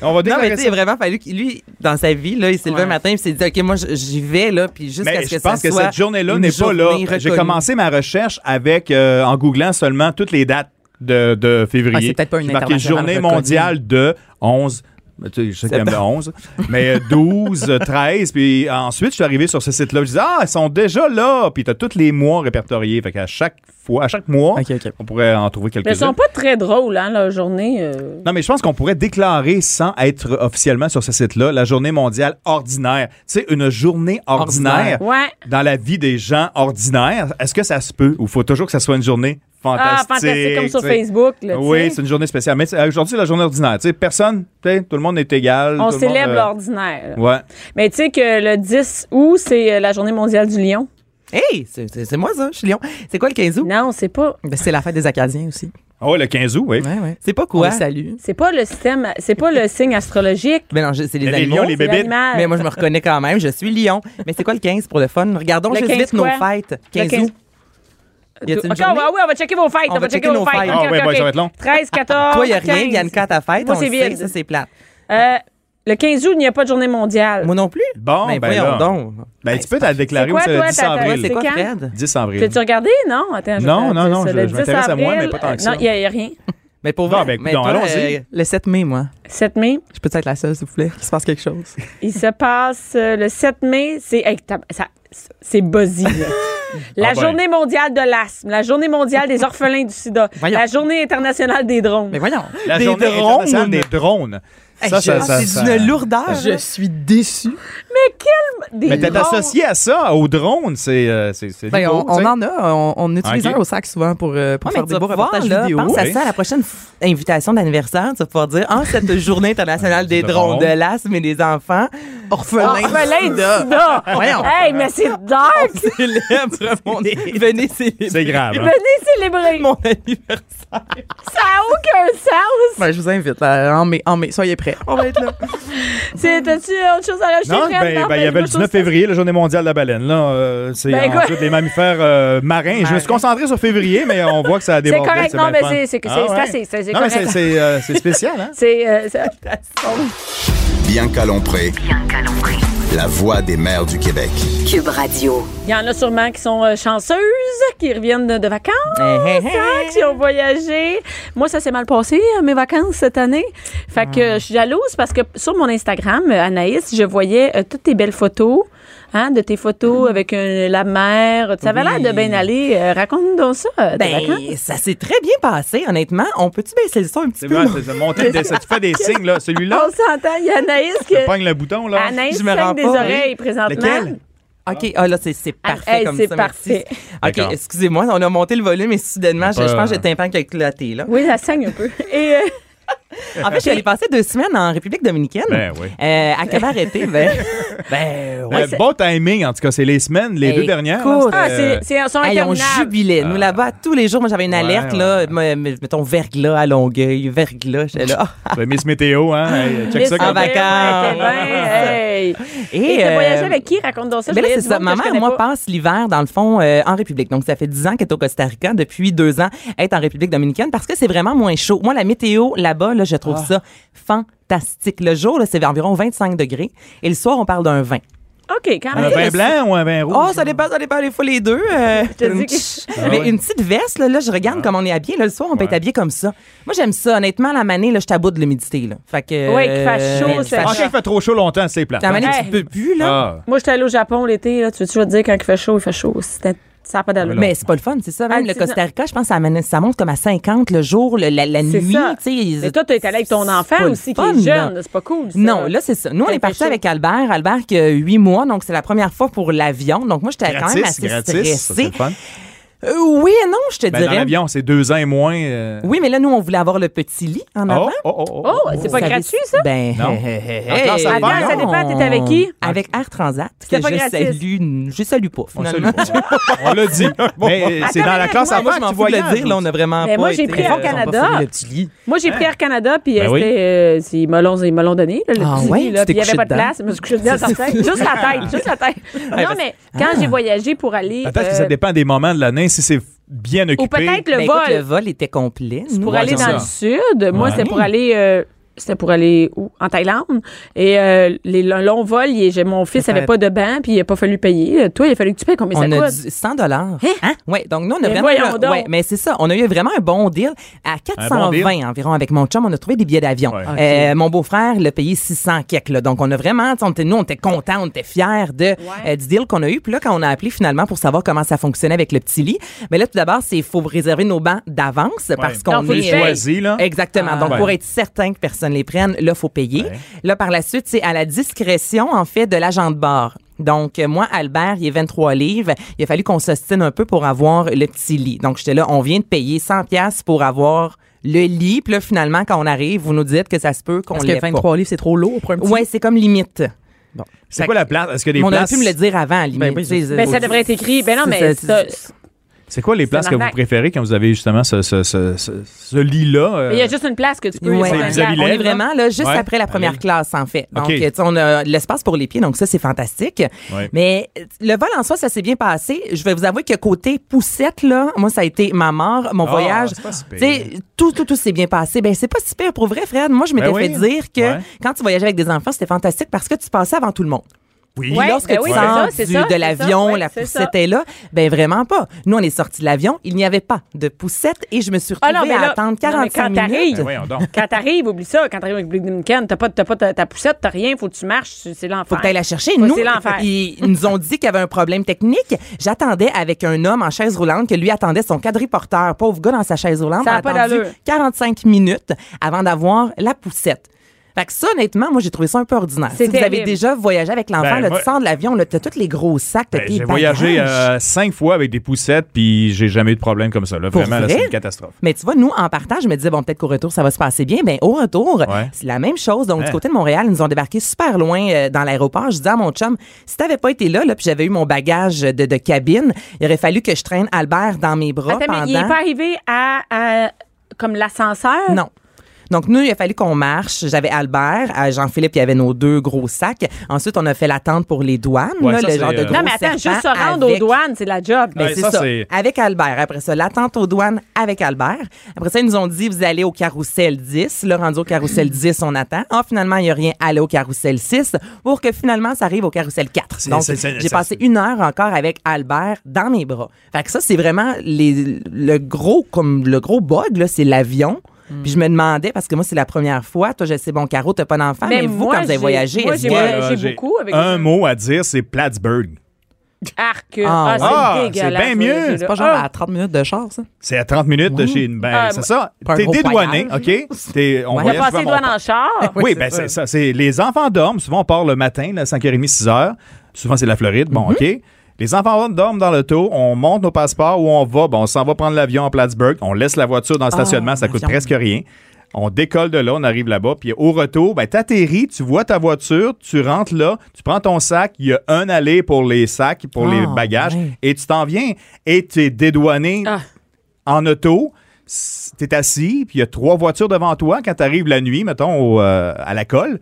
On va
Non, mais
déclarer
tu
ça.
sais, il a vraiment fallu que lui, dans sa vie, là, il s'est levé un matin et s'est dit, OK, moi, j- j'y vais, là, puis jusqu'à
Mais
ce
je
que ça
pense
soit.
que cette journée-là
une
n'est pas là.
journée
J'ai
reconnue.
commencé ma recherche avec euh, en googlant seulement toutes les dates de, de février.
Ah, c'est peut-être pas une
J'ai marqué
internationale
journée
reconnue.
mondiale de 11 mais tu sais, je sais qu'il y en a 11, mais euh, 12, euh, 13, puis ensuite, je suis arrivé sur ce site-là, je disais, ah, ils sont déjà là, puis tu as tous les mois répertoriés, fait qu'à chaque fois, à chaque mois,
OK, OK.
on pourrait en trouver
Mais ils
quelques-uns.
sont pas très drôles, hein, la journée. euh.
Non, mais je pense qu'on pourrait déclarer sans être officiellement sur ce site-là la journée mondiale ordinaire. Tu sais, une journée ordinaire,
Ordinaire.
Ouais.
dans la vie des gens ordinaires. Est-ce que ça se peut ou faut toujours que ça soit une journée
Ah,
fantastique?
fantastique, comme sur
tu sais?
Facebook. là, tu
Oui,
sais.
c'est une journée spéciale. Mais c'est- aujourd'hui, c'est la journée ordinaire. Tu sais, personne, tu sais, tout le monde est égal.
On
tout le monde,
célèbre
euh,
l'ordinaire. là.
Ouais.
Mais tu sais que le 10 août, c'est euh, la journée mondiale du lion.
Hey, c'est- c'est c'est moi, ça, je suis Lyon. C'est quoi le 15 août?
Non, c'est pas.
Ben, c'est la fête des Acadiens aussi.
Oh, le 15 août, oui.
Ouais, ouais. C'est pas quoi?
On les
Salut.
C'est pas le système, c'est pas le signe astrologique.
Mais non, je- c'est les
Les
animaux.
lions, les
C'est
bébites.
l'animal.
Mais moi, je me reconnais quand même. Je suis Lyon. Mais c'est quoi le 15 pour le fun? Regardons
Le
juste
15
vite nos
quoi?
fêtes. 15
15
août. Y a-t-il une
OK, on
journée?
va, oui, on va checker vos fêtes.
On va checker nos fêtes.
OK,
Ah,
OK,
ouais, ouais,
OK.
ça va être long.
13, 14.
Toi, il n'y a rien.
15.
Yannicka, à ta fête.
Moi,
on
c'est
le sait,
vide.
ça, c'est plate.
Euh, le 15 août, il n'y a pas de journée mondiale.
Moi non plus.
Bon,
Mais
ben,
voyons
là.
donc.
Ben, tu peux la déclarer
C'est quoi,
ou c'est le
toi,
10
ta- ta-
C'est
avril.
quoi,
quand?
Fred?
10 avril.
T'as-tu regardé? Non, attends. je vais
Non,
te
non,
dire
non,
ça.
je-
Le
je m'intéresse
10
à moi, mais
avril,
pas tant que ça.
Non, il n'y a, il y a rien.
Mais pour
Non,
vrai,
ben, écoute,
mais
donc,
toi,
allons-y.
euh, le 7 mai, moi.
7 mai,
Je peux être la seule, s'il vous plaît, qu'il se passe quelque chose.
il se passe euh, le 7 mai, c'est hey, tab- ça- c'est buzzy. là. La
Ah ben.
journée mondiale de l'asthme, la journée mondiale des orphelins du sida,
Voyons.
la journée internationale des drones.
Mais voyons.
La
des
journée internationale
drones.
des drones.
Hey,
Ça,
je-
ça,
ah,
ça,
c'est
ça-
d'une lourdeur. là.
suis déçu.
Des
Mais t'es
drones.
associé à ça, aux drones. C'est. euh, c'est- c'est
Ben,
nouveau,
on,
tu sais.
on en a, on, on utilise
Ok.
un au sac souvent pour, euh, pour
Ah, mais
faire
tu
des
vas
beaux
pouvoir,
reportages
là,
vidéo.
pense
à
à
Oui. ça,
ça à la prochaine invitation d'anniversaire. Tu vas pouvoir dire, en cette journée internationale des
des drones.
drones, de l'asthme et des enfants, orphelins.
Orphelin du sida.
Voyons.
Hey, mais c'est dark.
célèbre mon- Venez célébrer
Oh, C'est grave. hein.
Venez célébrer.
mon anniversaire.
Ça n'a aucun sens.
Ben, je vous invite, là, en mai, en mai, soyez prêts. On va être là.
C'est- T'as-tu autre chose à rajouter?
Non,
Fred?
ben, ben, il y
ben,
avait le
je trouve
19
ça-
février, la journée mondiale de la baleine. Là, euh, c'est
Ben,
ensuite
écoute.
les mammifères euh, marins. Je me suis concentré sur février, mais on voit que ça a débordé.
correct. Non,
bien
mais
le fun. Ah
c'est- c'est- c'est- c'est assez, c'est- c'est
Non, mais
correct.
c'est euh, c'est spécial, hein?
C'est. euh, ça-
Bianca Lompré, la voix des mères du Québec.
Cube Radio.
Il y en a sûrement qui sont euh, chanceuses, qui reviennent de, de vacances,
Hey, hey, hey.
hein, qui ont voyagé. Moi, ça s'est mal passé, euh, mes vacances cette année. Fait que
Hmm.
euh, je suis jalouse parce que sur mon Instagram, euh, Anaïs, je voyais euh, toutes tes belles photos. Hein, de tes photos avec euh, la mer. Ça avait
Hmm. Oui.
l'air de bien aller. Euh, Raconte donc ça, euh, tes vacances.
Ben, ça s'est très bien passé, honnêtement. On peut-tu baisser le son un petit
C'est
peu?
vrai,
mon-
c'est- c'est monté, des- tu fais des signes, là. Celui-là,
On s'entend, il y a Anaïs qui...
pogne le bouton, là.
Anaïs
je me rends
saigne des
pas, oui.
oreilles présentement.
Lequel?
OK, ah là, c'est c'est parfait
hey,
comme
c'est
ça. merci.
parfait.
D'accord.
OK, excusez-moi, on a monté le volume et soudainement, je,
Pas-
je pense que j'ai le tympan qui a éclaté. Là.
Oui, ça saigne un peu. Et euh,
En fait, je suis allée passer deux semaines en République dominicaine.
Ben oui.
Euh, à cabaret, ben, ben ouais.
Euh, bon timing, en tout cas, c'est les semaines, les
Ben,
Hey,
deux dernières.
écoute.
là,
ah,
c'était, euh,
c'est, c'est, sont
Hey, on
interminables.
jubilait. Nous, là-bas, tous les jours, moi, j'avais une alerte,
Ah. ouais,
là, me- me- mettons, verglas à Longueuil, verglas, j'étais là. Ah.
t'as Miss Météo, hein? Hey, check
Miss
ça
En
comme-
Météo,
vacances.
ouais, t'es bien, hey.
Ah, Et,
Et t'as
euh,
voyagé avec qui? Raconte donc ça. je
Ben là,
voyais
c'est
du monde
ça.
que
Ma
je
mère,
connais
moi,
pas.
passe l'hiver, dans le fond, euh, en République. Donc, ça fait 10 ans qu'elle est au Costa Rica, depuis deux ans, être en République dominicaine, parce que c'est vraiment moins chaud. Moi, la météo, là-bas, là, je trouve
Ah.
ça fantastique. Le jour, là, c'est environ 25 degrés. Et le soir, on parle d'un vin.
OK, quand
Un
même.
vin blanc ou un vin rouge?
Oh, ça dépend, ça dépend. Des fois, les deux. euh,
te dis que-
tch. Mais une petite veste, là, là, je regarde comme on est habillé. Là, le soir, on peut être habillé comme ça. Moi, j'aime ça. Honnêtement, la manée, là, je taboute de l'humidité. Là. Fait que,
Ouais, qu'il fasse chaud,
mais qu'il
ça-
fasse
En cas, Ben, il fait trop chaud longtemps, c'est plat.
La manée,
Hey.
tu peux plus, là.
Ah.
Moi, j'étais allée au Japon l'été. Là, tu veux-tu je vais te dire quand il fait chaud, il fait chaud. C'était, ça n'a pas d'allure.
Mais c'est pas le fun, c'est ça. Même
Ah,
le
c'est
Costa Rica, je pense, ça, amène- ça monte comme à 50 le jour, le- la, la
C'est
nuit.
ça.
tu sais, ils-
Mais toi, t'es allé avec ton
c'est
enfant
pas le
aussi, qui
fun,
est jeune.
là.
C'est pas cool. ça.
Non, là, c'est ça. Nous, on
Ça
est
fait
partis
chaud.
avec Albert. Albert qui a 8 mois, donc c'est la première fois pour l'avion. Donc moi, j'étais quand même
Gratis,
assez
gratis. ça, c'est
stressée.
le fun.
Euh, oui et non, je te
Ben, dans
dirais.
l'avion, c'est deux ans et moins. euh,
Oui, mais là, nous, on voulait avoir le petit lit en
Oh,
avant.
oh, oh, oh.
Oh, c'est pas
Vous savez-
gratuit, ça?
Ben,
Non.
hey,
Encore, ça
hey,
dépend,
non.
ça
dépend, t'étais avec qui?
Avec Air Transat.
C'était
que
pas
je
gratis.
salue, je salue pas,
On
finalement.
salue. On l'a dit. Mais euh, c'est dans la
mais
classe
moi,
avant
Moi, je
que
m'en
tu
fous de le
voyages.
dire, là, on a vraiment
Mais
pas
Ben, moi, j'ai
été,
pris
euh,
Air
on a pas
Canada.
fourni le petit lit.
Moi, j'ai pris Air Canada, puis euh,
Ben oui.
c'était, euh, c'est- ils me l'ont ils me l'ont donné, là, le
Ah
petit
ouais?
lit,
Tu
là,
t'es
puis il n'y avait
couché
pas de
dedans?
place. Je me suis couchée dedans, certain. Juste la tête, juste la tête. Non,
parce- Ah.
mais quand j'ai voyagé pour aller...
Peut-être que
euh,
ça dépend des moments de l'année, si c'est bien occupé.
ou peut-être
Ben,
le
écoute,
vol.
le vol était complet. nous.
pour
Ouais,
aller
c'est
dans
ça.
le sud. Moi,
Ouais.
c'était pour aller. euh, c'était pour aller où? En Thaïlande. Et euh, les, le long vol, il est- j'ai- mon fils
Ça fait-
n'avait pas de bain, puis il n'a pas fallu payer. Euh, Toi, il a fallu que tu payes combien
on
ça
a
coûte?
dit 100 dollars. Hein? Ouais, donc nous on
Mais
a vraiment
voyons donc.
ouais, mais c'est ça, on a eu vraiment un bon deal à 420
Un bon deal.
environ avec mon chum, on a trouvé des billets d'avion.
Ouais.
Euh, mon beau-frère l'a payé 600 quelques là. Donc on a vraiment tu sais, on était, nous on était contents, on était fiers de euh, du deal qu'on a eu. Puis là quand on a appelé finalement pour savoir comment ça fonctionnait avec le petit lit, mais là tout d'abord, c'est faut réserver nos bancs d'avance parce qu'on
Donc, faut
est
les
J'ai
payer.
choisi, là.
Exactement. Donc,
Ouais.
pour être certain que personne les prenne, là, faut payer. Là, par la suite, c'est à la discrétion, en fait, de l'agent de bord. Donc, euh, moi, Albert, il est 23 livres. Il a fallu qu'on s'ostine un peu pour avoir le petit lit. Donc, j'étais là, on vient de payer 100 pièces pour avoir le lit. Puis là, finalement, quand on arrive, vous nous dites que ça se peut qu'on Parce que l'ait
23
pas.
livres, c'est trop lourd pour un petit.
Ouais, c'est comme limite.
C'est quoi la place? Est-ce que les
Mais on aurait
places...
pu me le dire avant, à la limite.
Ben oui,
Tu sais,
Ben, ça
euh,
devrait être écrit. Ben non,
c'est-
mais
c'est-
ça-
C'est quoi les places
une
que vous
arnaque.
préférez quand vous avez justement ce, ce, ce, ce, ce lit-là? euh,
il y a juste une place que tu peux.
Ouais.
c'est
C'est
un
vis-à-vis
gars.
On
Lève,
est
là?
vraiment là, juste
Ouais.
après la première
Allez.
classe, en fait. Donc, euh,
OK.
tu sais, on a de l'espace pour les pieds, donc ça, c'est fantastique.
Ouais.
Mais euh, le vol en soi, ça s'est bien passé. Je vais vous avouer que côté poussette, là, moi, ça a été ma mort, mon
Ah,
voyage.
c'est pas si pire.
Tu sais, tout, tout, tout s'est bien passé. Ben, c'est pas si pire. Pour vrai, Fred, moi, je m'étais
Ben oui.
fait dire que
Ouais.
quand tu voyageais avec des enfants, c'était fantastique parce que tu passais avant tout le monde.
Oui.
Puis
Ouais,
lorsque
ben
tu
oui, c'est ça,
sors
c'est
du-
ça,
de
c'est
l'avion,
ça, ouais,
la
c'est
poussette
ça.
est là. Ben vraiment pas. Nous, on est sortis de l'avion, il n'y avait pas de poussette et je me suis
Ah
retrouvée
non, mais
à
là,
attendre
non, mais
45
quand
minutes.
t'arrives,
Ben voyons donc.
quand t'arrives, oublie ça. Quand t'arrives avec Blue Dominicaine, t'as pas, t'as pas ta, ta poussette, t'as rien, faut que tu marches, c'est c'est l'enfer.
Faut que tu la chercher.
Ouais,
Nous,
c'est l'enfer.
ils ils nous ont dit qu'il y avait un problème technique. J'attendais avec un homme en chaise roulante que lui attendait son quadriporteur, pauvre gars dans sa chaise roulante.
Ça
On
a pas
attendu
d'allure.
45 minutes avant d'avoir la poussette. Fait que ça, honnêtement, moi, j'ai trouvé ça un peu ordinaire.
C'est
Si vous avez
terrible.
déjà voyagé avec l'enfant,
Ben,
là,
moi-
tu sors de l'avion, là, t'as tous les gros sacs, t'as
Ben,
tes
j'ai
bagages.
voyagé euh, cinq fois avec des poussettes, puis j'ai jamais eu de problème comme ça. Là.
Pour
Vraiment, là,
vrai?
c'est une catastrophe.
Mais tu vois, nous, en partant, je me disais, bon, peut-être qu'au retour, ça va se passer bien. Ben, au retour,
Ouais.
c'est la même chose. Donc,
Hein.
du côté de Montréal, ils nous ont débarqué super loin euh, dans l'aéroport. Je disais à mon chum, si t'avais pas été là, là puis j'avais eu mon bagage de, de cabine, il aurait fallu que je traîne Albert dans mes bras
Attends, mais
pendant...
il n'est pas arrivé à, à- comme l'ascenseur?
Non. Donc, nous, il a fallu qu'on marche. J'avais Albert, euh, Jean-Philippe, il y avait nos deux gros sacs. Ensuite, on a fait l'attente pour les douanes,
Ouais,
là,
ça,
le
c'est,
genre de
euh,
gros
Non, mais attends, juste se
serpent
rendre aux
avec-
douanes, c'est la job.
Ben,
Ouais,
c'est
ça,
ça.
c'est-
Avec Albert. Après ça, l'attente aux douanes avec Albert. Après ça, ils nous ont dit, vous allez au carrousel 10. Là, rendu au
Hmm.
carrousel 10, on attend. Ah, finalement, il n'y a rien. Allez au carrousel 6 pour que finalement, ça arrive au carrousel 4.
C'est-
Donc,
c'est- c'est-
j'ai
ça-
passé une heure encore avec Albert dans mes bras. Fait que ça, c'est vraiment les, le gros, comme le gros bug, là, c'est l'avion.
Hmm.
Puis je me demandais, parce que moi, c'est la première fois. Toi, je sais, bon, Caro, t'as pas d'enfant, mais,
Ben,
Mais
vous,
moi,
quand vous avez
j'ai-
voyagé,
moi,
est-ce
j'ai
que-
voyagé-
Euh,
Ben, j'ai
j'ai
beaucoup avec
un
les-
mot à dire, c'est Plattsburgh.
Arc.
Ah,
Ah,
ouais.
Ah,
c'est dégueulasse.
c'est bien mieux.
ce
C'est pas genre
jeu-là.
à 30 minutes de char, ça?
C'est à 30 minutes de chez une. Ben,
Ah,
c'est ça.
pas un
T'es
gros
dédouané, OK?
voyage.
T'es- on
Ouais.
Ah,
voyage
t'as passé
souvent,
les
on
douanes en char.
Oui, ben c'est ça. C'est les enfants dorment. Souvent, on part le matin, là, 5h30, 6h. Souvent, c'est la Floride.
Mhm.
Bon, OK. Les enfants dorment dans l'auto, on monte nos passeports, où on va, bon, on s'en va prendre l'avion à Plattsburgh, on laisse la voiture dans
Ah,
le stationnement, ça coûte
l'avion.
presque rien. On décolle de là, on arrive là-bas, puis au retour, ben, t'atterris, tu vois ta voiture, tu rentres là, tu prends ton sac, il y a un aller pour les sacs, pour les
Ah,
bagages,
ouais.
et tu t'en viens, et tu es dédouané
Ah.
en auto. s- T'es assis, puis il y a trois voitures devant toi quand t'arrives la nuit, mettons, au, euh, à la colle,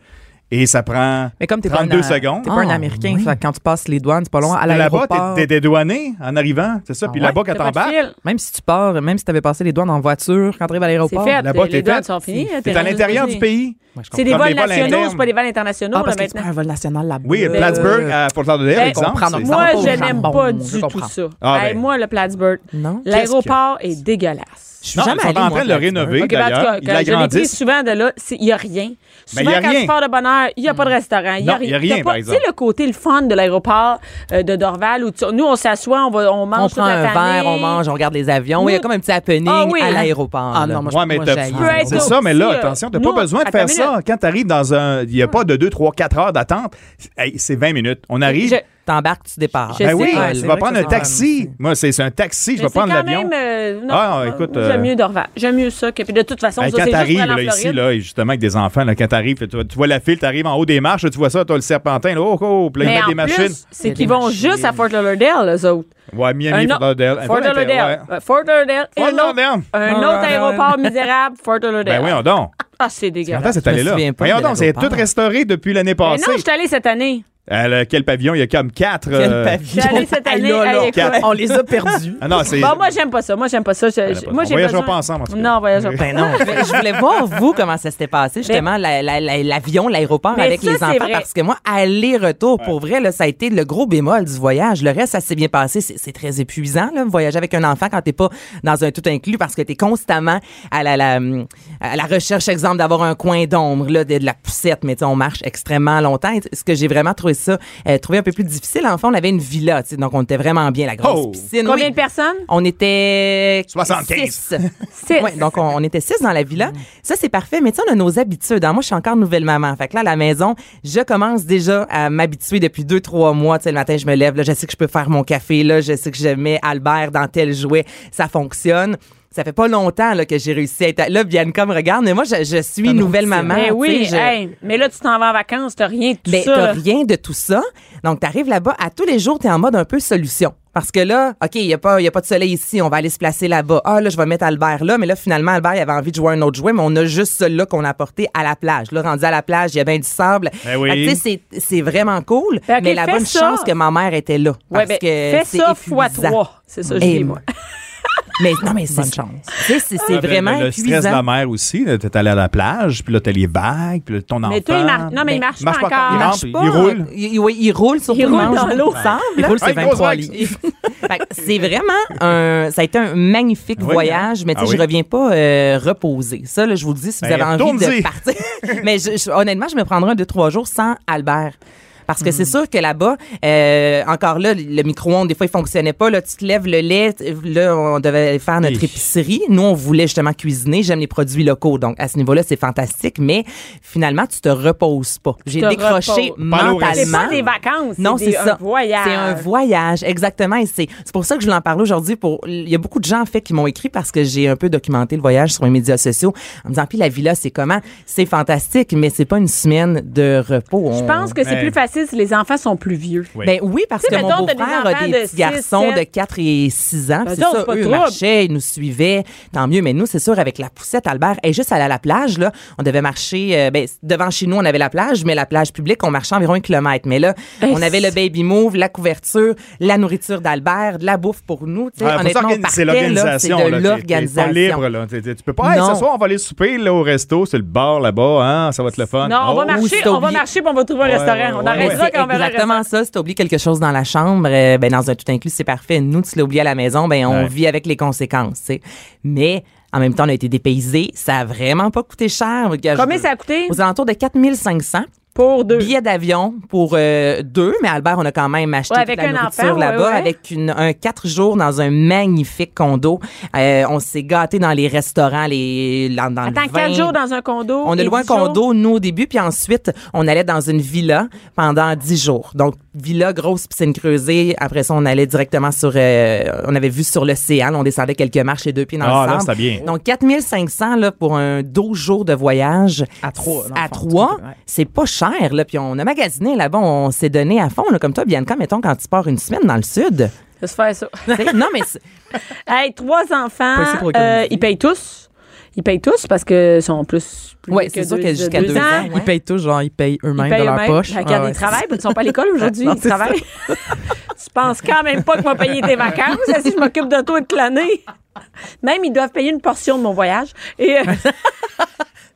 et ça prend
Mais comme t'es pas,
32
un-
secondes.
t'es pas un
Ah,
Américain,
oui.
fait que quand tu passes les douanes, c'est pas long. À
Là-bas,
l'aéroport,
t'es t'es dédouané en arrivant, c'est ça. Puis là-bas, quand
T'as pas de
t'embarques,
fil.
même si tu pars, même si t'avais passé les douanes en voiture, quand t'arrives à
C'est
l'aéroport,
fait.
là-bas,
les
t'es
douanes
fait.
sont finies.
t'es à l'intérieur du pays.
C'est des
Comme
vols
des vols
nationaux,
internes.
c'est pas des vols internationaux
ah,
là
parce que tu prends
maintenant.
un vol national là-bas.
Oui,
Euh,
Plattsburgh à Fort Lauderdale,
Ben,
exemple.
comprends,
c'est-
Ça
Moi,
va pas au
je n'aime
jambon,
pas
je
du tout
comprends.
ça.
Ah,
Hey,
ben.
Moi, le Plattsburgh,
Non.
l'aéroport est dégueulasse.
Je suis
Non,
jamais
ils sont
allée,
en
moi,
train de le
à Plattsburgh.
rénover,
Ok, ben, en tout
d'ailleurs.
cas,
Ils
quand je l'ai pris
l'agrandissent.
souvent de là, il n'y a rien.
Ben,
Souvent,
il y a
quand
rien. Mm.
tu pars de bonheur, il n'y a pas de restaurant. Il n'y a
Non,
rien.
il y a rien,
T'as pas-
par
Tu
exemple.
sais, le côté, le fun de l'aéroport euh, de Dorval, où tu- nous, on s'assoit, on, va- on mange
On
toute
prend
la
un
famille.
verre, on mange, on regarde les avions.
Oui.
Il y a comme un petit happening
Ah oui.
à l'aéroport.
Ah
là.
non, moi,
Ouais, mais
moi,
t'as-
j'haïs.
Tu peux être
c'est ça, mais là,
aussi, euh,
attention, t'as
nous,
pas besoin de
attends
faire
une
ça. Quand t'arrives dans un. Il n'y a pas de 2, 3, 4 heures d'attente. Hey, C'est 20 minutes. On arrive.
Je-
T'embarques, tu départs.
Je
Ah, Ben
sais
oui,
pas.
tu
C'est
vas
vrai que
prendre
ça
un
sent mal
taxi. Moi, c'est c'est un taxi. Je
Mais
vais prendre
c'est quand
l'avion.
Même, euh, non,
Ah,
moi,
écoute,
moi,
euh,
J'aime mieux Dorval. J'aime mieux ça que. Puis de toute façon,
Hey,
ça,
quand
c'est juste pour
t'arrives
aller en
Ben, là, ici,
Floride.
là, et justement avec des enfants, là, quand t'arrives, tu, vois- tu vois la file, t'arrives en haut des marches, tu vois ça, t'as le serpentin, là, oh, oh, puis là, ils
mais
mettent
en
des machines.
plus, c'est
y a
qu'ils
des
vont
machines.
juste à Fort Lauderdale, eux autres.
Ouais, Miami,
Un
Fort
autre-
Lauderdale.
Fort
Fort
Lauderdale.
ouais.
Euh, Fort Lauderdale. et
Fort
l'autre-
Lauderdale.
Un
Fort
autre
Lauderdale.
aéroport misérable, Fort Lauderdale.
Ben oui, on donc.
Ah, c'est
Quand est-ce
dégueulasse.
que c'est allé
me
là?
souviens pas
Voyons
de
donc, c'est tout
l'aéroport.
restauré depuis l'année
Mais
passée.
Ben non, je suis allée cette année.
Euh, le- quel pavillon? Il y a comme quatre.
Quel
euh,
Je
pavillon.
suis allée cette
Hey,
année.
là, là.
Hey, écoute.
quatre.
On les a perdus.
Ah non, c'est.
Bon, moi, j'aime pas ça. Moi, j'aime pas ça. Je-
Ben,
je-
on
moi, j'ai
voyageons
besoin-
pas ensemble, en tout cas.
Non, voyageons pas.
Ben non. Mais je voulais voir, vous, comment ça s'était passé, justement, la- la- la- l'avion, l'aéroport
Mais
avec
Ben, ça,
les
c'est
enfants.
vrai.
Parce que moi, aller-retour, pour vrai, là, ça a été le gros bémol du voyage. Le reste, ça s'est bien passé. C'est c'est très épuisant, là, voyager avec un enfant quand t'es pas dans un tout inclus parce que t'es constamment à la, la, à la recherche, exemple, d'avoir un coin d'ombre, là, de, de la poussette. Mais tu sais, on marche extrêmement longtemps. Et ce que j'ai vraiment trouvé ça, euh, trouvé un peu plus difficile, en fait, on avait une villa, tu sais, donc on était vraiment bien, la grosse
Oh!
piscine.
Combien
Oui.
de personnes?
On était
75.
six.
Six. Mm.
Ouais, donc on, on était six dans la villa. Ça, c'est parfait. Mais tu sais, on a nos habitudes. hein. Moi, je suis encore nouvelle maman. Fait que là, à la maison, je commence déjà à m'habituer depuis deux, trois mois. Tu sais, le matin, je me lève. Là, je sais que je peux faire mon café. Là, je sais que je mets Albert dans tel jouet. Ça fonctionne. Ça fait pas longtemps là, que j'ai réussi à être... à- Là, Bianca me regarde, mais moi, je, je suis nouvelle maman.
Ben
tu
oui,
sais, je-
hey, mais là, tu t'en vas en vacances, t'as rien de tout
ben,
ça. là.
t'as rien de tout ça. Donc, t'arrives là-bas, à tous les jours, t'es en mode un peu solution. Parce que là, OK, il n'y a, pas- y a pas de soleil ici, on va aller se placer là-bas. Ah, là, je vais mettre Albert là. Mais là, finalement, Albert, il avait envie de jouer à un autre jouet, mais on a juste celui-là qu'on a apporté à la plage. Là, rendu à la plage, il y a bien du sable.
Ben oui.
Fait que, tu sais, c'est- c'est vraiment cool.
Ben, OK,
mais la
fais
bonne
ça.
chance que ma mère était là.
Ouais,
parce
ben,
que
fais
c'est
ça fois
épuisant.
trois. C'est ça, je
Et-
dis, moi.
Mais non, mais c'est chance. C'est c'est
Ah, ben,
vraiment
ben, Le stress de
épuisant.
la mer aussi. là, T'es allé à la plage, puis là, t'as les vagues, puis là, ton enfant. Ben,
Mais toi, il marche. Non, mais il marche pas
marche pas encore.
encore.
Il marche
marche
il
pas.
roule.
Il, oui, il roule sur
Il
tout le
roule
manche.
dans l'eau.
Il semble.
Il roule ses
Hey, grosse
23
vague.
lits.
Fait que c'est vraiment un. Ça a été un magnifique
Oui,
voyage, mais tu sais,
Ah oui.
je reviens pas euh, reposer. Ça, là, je vous le dis, si vous
Ben,
avez envie
retourne-y.
de partir. mais je- je- honnêtement, je me prendrai un, deux, trois jours sans Albert. Parce que c'est
Hmm.
sûr que là-bas, euh, encore là, le micro-ondes, des fois, il fonctionnait pas. Là, tu te lèves le lait. t- Là, on devait aller faire notre
Hi.
épicerie. Nous, on voulait justement cuisiner. J'aime les produits locaux. Donc, à ce niveau-là, c'est fantastique. Mais finalement, tu te reposes pas. J'ai
te
décroché
reposes.
Pas au
mentalement.
C'est pas des vacances.
Non,
c'est
c'est
des-
ça.
un voyage.
C'est un voyage, exactement. Et c'est c'est pour ça que je voulais en parler aujourd'hui. Pour il y a beaucoup de gens en fait qui m'ont écrit parce que j'ai un peu documenté le voyage sur mes médias sociaux en me disant puis la villa c'est comment C'est fantastique, mais c'est pas une semaine de repos.
Je pense que c'est
Mais-
plus facile si les enfants sont plus vieux.
Oui.
Ben oui, parce
Tu sais,
que mon
mettons, t'as des
beau-frère a
enfants
des
de
petits
six,
garçons de
sept.
4 et 6 ans.
Ben
puis C'est
donc,
ça,
c'est pas
eux
trop.
marchaient, ils nous suivaient, tant mieux. Mais nous, c'est sûr, avec la poussette, Albert est juste allé à la plage. Là, on devait marcher. euh, ben, devant chez nous, on avait la plage, mais la plage publique, on marchait environ un kilomètre. Mais là,
Ben,
on avait le
c'est-
baby move, la couverture, la nourriture d'Albert, de la bouffe pour nous. tu sais.
Ouais, faut
honnêtement,
s'organiser.
on
c'est
partait, là, c'est
l'organisation.
de
là, t'es-
l'organisation.
T'es pas libre. Là. T'es- t'es- tu peux pas. Hey,
Non.
ce soir, on va aller souper là, au resto, c'est le bar là-bas. Hein? Ça va être le fun.
Non, on va
Oh,
si
marcher,
t'as
on va
oublié-
marcher puis on va trouver un
Ouais,
restaurant.
ouais,
On
ouais,
arrête
ouais.
Ah, ça
C'est
quand on verra le
exactement
restaurant.
ça. Si tu oublies quelque chose dans la chambre, euh, ben dans un tout inclus, c'est parfait. Nous, tu l'as oublié à la maison, ben on
Ouais.
vit avec les conséquences. tu sais. Mais en même temps, on a été dépaysés. Ça a vraiment pas coûté cher. Regarde,
Combien
je-
ça a coûté?
Aux alentours de 4500
Pour deux.
Billet d'avion pour euh, deux, mais Albert, on a quand même acheté
Ouais,
toute
avec
la
un
nourriture
enfant, ouais,
là-bas
ouais.
avec une, un quatre jours dans un magnifique condo. Euh, on s'est gâté dans les restaurants, les dans, dans
Attends,
le vin.
quatre jours dans un condo.
On a
et
loué un
dix jours-
condo, nous, au début, puis ensuite, on allait dans une villa pendant dix jours. Donc, villa, grosse piscine creusée. Après ça, on allait directement sur... euh, on avait vu sur l'océan. là, On descendait quelques marches et deux pieds dans
Ah,
le
là,
sable.
c'était bien.
Donc, 4500 là, pour un 12 jours de voyage.
À trois, dans le
À
fond,
trois,
tu peux, ouais.
c'est pas cher. Là. Puis on a magasiné là-bas. On s'est donné à fond. Là, comme toi, Bianca, mettons, quand tu pars une semaine dans le sud.
Ça se fait ça.
Tu sais, non, mais... c'est-
Hey, trois enfants,
Pas ici pour
euh,
économiser.
ils payent tous. Ils payent tous parce que sont plus. plus
Ouais,
que
c'est sûr
deux-
que jusqu'à deux ans, ouais.
Ils payent tout, genre, ils payent eux-mêmes
Ils
de
payent
leur
eux-mêmes.
poche.
Fait qu'il y a
Ah,
des
ouais,
travails, ils ne sont pas à l'école aujourd'hui,
Non,
ils
c'est ça.
travaillent. tu penses quand même pas que je vais payer tes vacances, si je m'occupe de toi toute l'année. Même, ils doivent payer une portion de mon voyage. Et, euh,
c'est-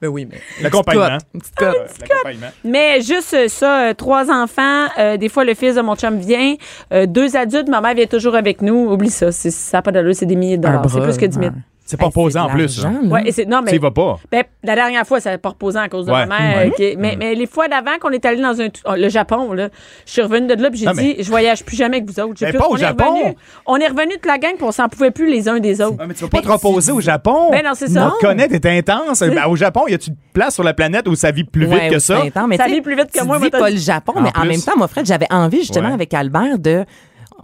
Ben oui, mais.
L'accompagnement.
Une petite cote.
L'accompagnement.
mais juste euh, ça, euh, trois enfants, euh, des fois le fils de mon chum vient, euh, deux adultes, ma mère vient toujours avec nous. Oublie ça, c'est- ça n'a pas d'allure, c'est des milliers de dollars. C'est plus que 10 000.
C'est pas
Hey, c'est
posant en
de
plus.
l'argent,
hein.
là.
Ouais, et c'est- non,
Tu
mais
y vas pas.
Ben, la dernière fois, ça n'a pas reposé à cause de
Ouais. Mm.
ma mère. euh, qui- mais, mais les fois d'avant qu'on est allé dans un tou- oh, le Japon, là, je suis revenue de là puis j'ai
Non,
dit, je voyage plus jamais avec vous autres. J'ai
Mais
plus-
pas au
on
Japon!
Est revenu, on est revenu toute la gang, puis on s'en pouvait plus les uns des autres.
Ah, mais tu vas pas te reposer au Japon.
Ben non, c'est ça.
On te connaît, t'es intense. Ben, au Japon, y a-tu de place sur la planète où ça vit plus
Ouais,
vite que
au
ça?
printemps, mais
Ça
tu sais,
vit plus vite que
tu
moi,
dis
moi, t'as
pas
dit.
le Japon,
En
mais en
plus.
même temps, moi, Fred, j'avais envie justement
Ouais.
avec Albert de.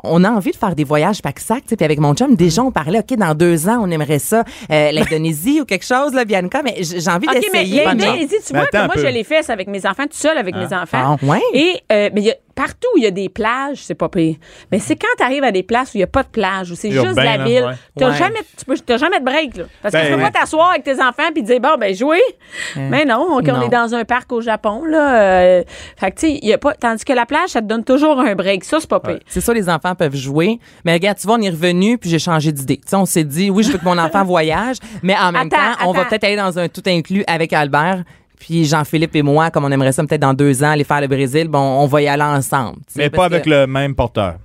On a envie de faire des voyages pack-sac, tu sais, puis avec mon chum, déjà, on parlait, OK, dans deux ans, on aimerait ça, euh, l'Indonésie ou quelque chose, là, Bianca, mais j- j'ai envie
OK, mais
d'essayer.
l'Indonésie, tu
Mais
vois
attends
que moi,
un
je
peu.
l'ai fait ça avec mes enfants, tout seul avec mes enfants.
Ah, ouais?
Et euh, mais il y a- partout où il y a des plages, c'est pas pire. Mais c'est quand tu arrives à des places où il n'y a pas de plage, où c'est
Urbain,
juste de la
là,
ville,
ouais.
t'as
Ouais.
jamais, tu peux- t'as jamais de break. Là. Parce que
Ben,
tu peux
ouais.
pas t'asseoir avec tes enfants puis dire, bon, ben jouez. Mais non, on, on
Euh, Non.
est dans un parc au Japon. Là, euh, fait que, tu sais, il y a pas, tandis que la plage, ça te donne toujours un break. Ça, c'est pas pire.
C'est ça, les enfants peuvent jouer. Mais regarde, tu vois, on est revenu, puis j'ai changé d'idée. Tu sais, on s'est dit, oui, je veux que mon enfant voyage, mais en même
Attends,
temps, on va
attends.
peut-être aller dans un tout inclus avec Albert. Puis Jean-Philippe et moi, comme on aimerait ça peut-être dans deux ans, aller faire le Brésil, bon, on va y aller ensemble. tu sais,
Mais pas
parce
avec
que-
le même porteur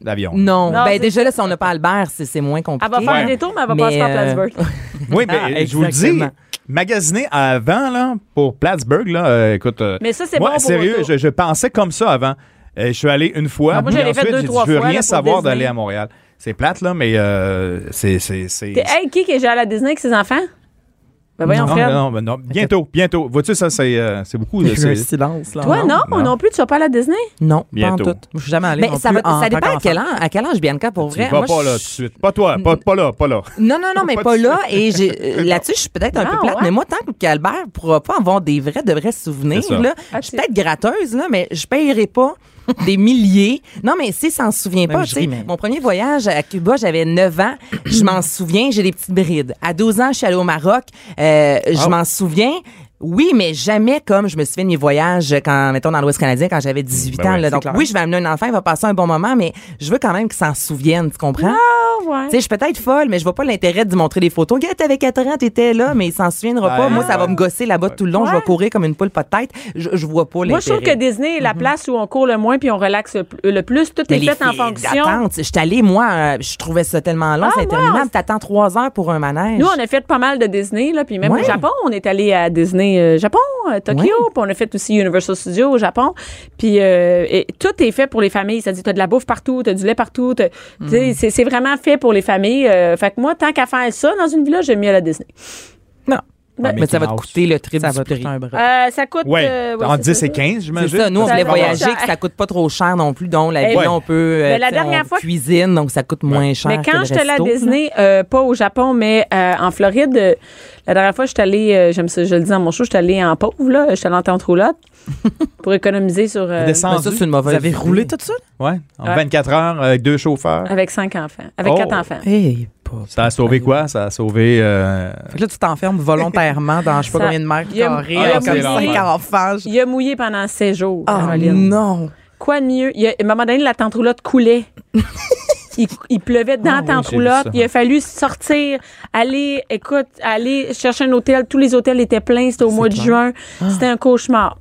d'avion.
Non.
Non, c'est-
ben déjà, là, si on n'a pas Albert, c'est c'est moins compliqué.
Elle va faire un détour, mais elle va passer par
euh,
Place Verte.
Oui, mais
Ah,
je vous le dis,
exactement.
magasiner avant là, pour Plattsburgh, là, euh, écoute. euh,
Mais ça, c'est
moi,
bon pour
sérieux,
auto.
je, je pensais comme ça avant. Euh, je suis allé une fois.
Ah, moi,
puis
j'avais fait
ensuite,
deux,
j'ai dit,
trois
Je veux
fois,
rien
là, pour
savoir
Disney.
d'aller à Montréal. C'est plate, là, mais euh, c'est. c'est- c'est-
T'es- Hey, qui qui est déjà allé à Disney avec ses enfants? Ben voyons,
non,
Fred.
non, non, non. bientôt, bientôt. Vois-tu, ça, c'est euh, c'est beaucoup.
Il y a eu un
c'est-
silence, là.
Toi, non, non,
non.
plus, tu vas pas aller à Disney?
Non,
Bientôt.
pas en tout.
Je suis jamais allé.
Mais
non
Ben, ça,
plus
va,
en
ça
tant
dépend à
qu'enfant.
quel, an, à quel âge, Bianca, pour
Tu
vrai.
vas
Moi,
pas
je-
là tout de suite. Pas toi, pas, pas là, pas là.
Non, non, non, mais
Pas
pas,
tout de
là. Et j'ai- euh, là-dessus, je suis peut-être un
Ah,
peu plate.
ouais.
Mais moi, tant qu'Albert pourra pas avoir des vrais, de vrais souvenirs,
C'est ça.
là,
Ah,
je suis
c'est-
peut-être gratteuse, là, mais je payerai pas des milliers. Non, mais si s'en souvient
Même
pas,
je
tu sais,
ris, mais-
mon premier voyage à Cuba, j'avais 9 ans. Je m'en souviens, j'ai des petites brides. À 12 ans, je suis allée au Maroc. Euh, Je
Oh.
m'en souviens. Oui, mais jamais comme je me souviens de mes voyages quand, mettons, dans l'Ouest canadien, quand j'avais 18
Ben
ans.
ouais,
là.
c'est
Donc,
clair.
oui, je vais amener un enfant, il va passer un bon moment, mais je veux quand même qu'il s'en souvienne, tu comprends?
Ah, ouais.
Tu sais, je suis peut-être folle, mais je vois pas l'intérêt de lui montrer des photos. Regarde, t'avais 4 ans, t'étais là, mais il s'en souviendra
Ouais,
pas. Moi, ça
ouais.
va me gosser là-bas tout le long. Je
Ouais.
vais courir comme une poule pas de tête. Je, je vois pas l'intérêt.
Moi, je trouve que Disney est la place où on court le moins puis on relaxe le pl- le plus. Tout
Mais
est
les
fait en
files
fonction.
d'attente, j'étais allée, moi, euh, je trouvais ça tellement long,
Ah,
c'est
ouais,
interminable. T'attends trois heures pour un manège.
Nous, on a fait pas mal de Disney, là, puis même au
Ouais.
Japon, on est allé à Disney euh, Japon, euh, Tokyo,
Ouais.
puis on a fait aussi Universal Studios au Japon. Puis euh, et tout est fait pour les familles. C'est-à-dire, t'as de la bouffe partout, t'as du lait partout. t'as- tu
Mm.
sais, C'est c'est vraiment fait pour les familles. Euh, fait que moi, tant qu'à faire ça dans une villa, j'aime mieux aller à Disney.
Non.
Ben,
mais ça va te
Mickey Mouse.
coûter le trip
Ça
du
va
prix.
coûter un bras.
Euh, ça coûte...
Ouais,
euh, ouais,
en
c'est
10
ça.
et 15,
C'est
j'imagine.
ça, nous, on
Ça
voulait
va pas
voyager,
cher.
que ça coûte pas trop cher non plus. Donc, la
Ben
Eh,
ville,
ouais.
on peut. euh,
Mais la
tu sais,
dernière
on
fois-
cuisine, donc ça coûte moins cher.
Mais
que
quand
le
j'étais allée à
resto, là.
Disney, euh, pas au Japon, mais euh, en Floride, euh, la dernière fois, j'étais allée, euh, j'aime ça, je le dis dans mon show, j'étais allée en pauvre, là, j'étais allée en tente roulotte pour économiser sur. euh,
Mais ça, c'est une mauvaise.
Ah, Vous avez roulé tout ça?
Ouais, en
Ouais. Ah,
24 heures euh, avec deux chauffeurs.
avec cinq enfants, avec
Oh.
quatre enfants.
Hey, pas.
Ça a sauvé quoi? Ça a sauvé. euh,
Fait que là, tu t'enfermes volontairement dans je sais pas
Ça-
combien de mères
il y a-
carrées,
Ah,
euh,
c'est
comme
long,
cinq
ouais.
enfants. je-
Il a mouillé pendant sept jours.
Oh,
Ah
Caroline.
non!
Quoi de mieux? Il a- à un moment donné, la tente roulotte coulait. Il, il pleuvait dans
Ah
la
oui,
tente
j'ai vu
roulotte.
ça.
Il a fallu sortir, aller, écoute, aller chercher un hôtel. Tous les hôtels étaient pleins. C'était au mois de juin.
Ah.
C'était un cauchemar.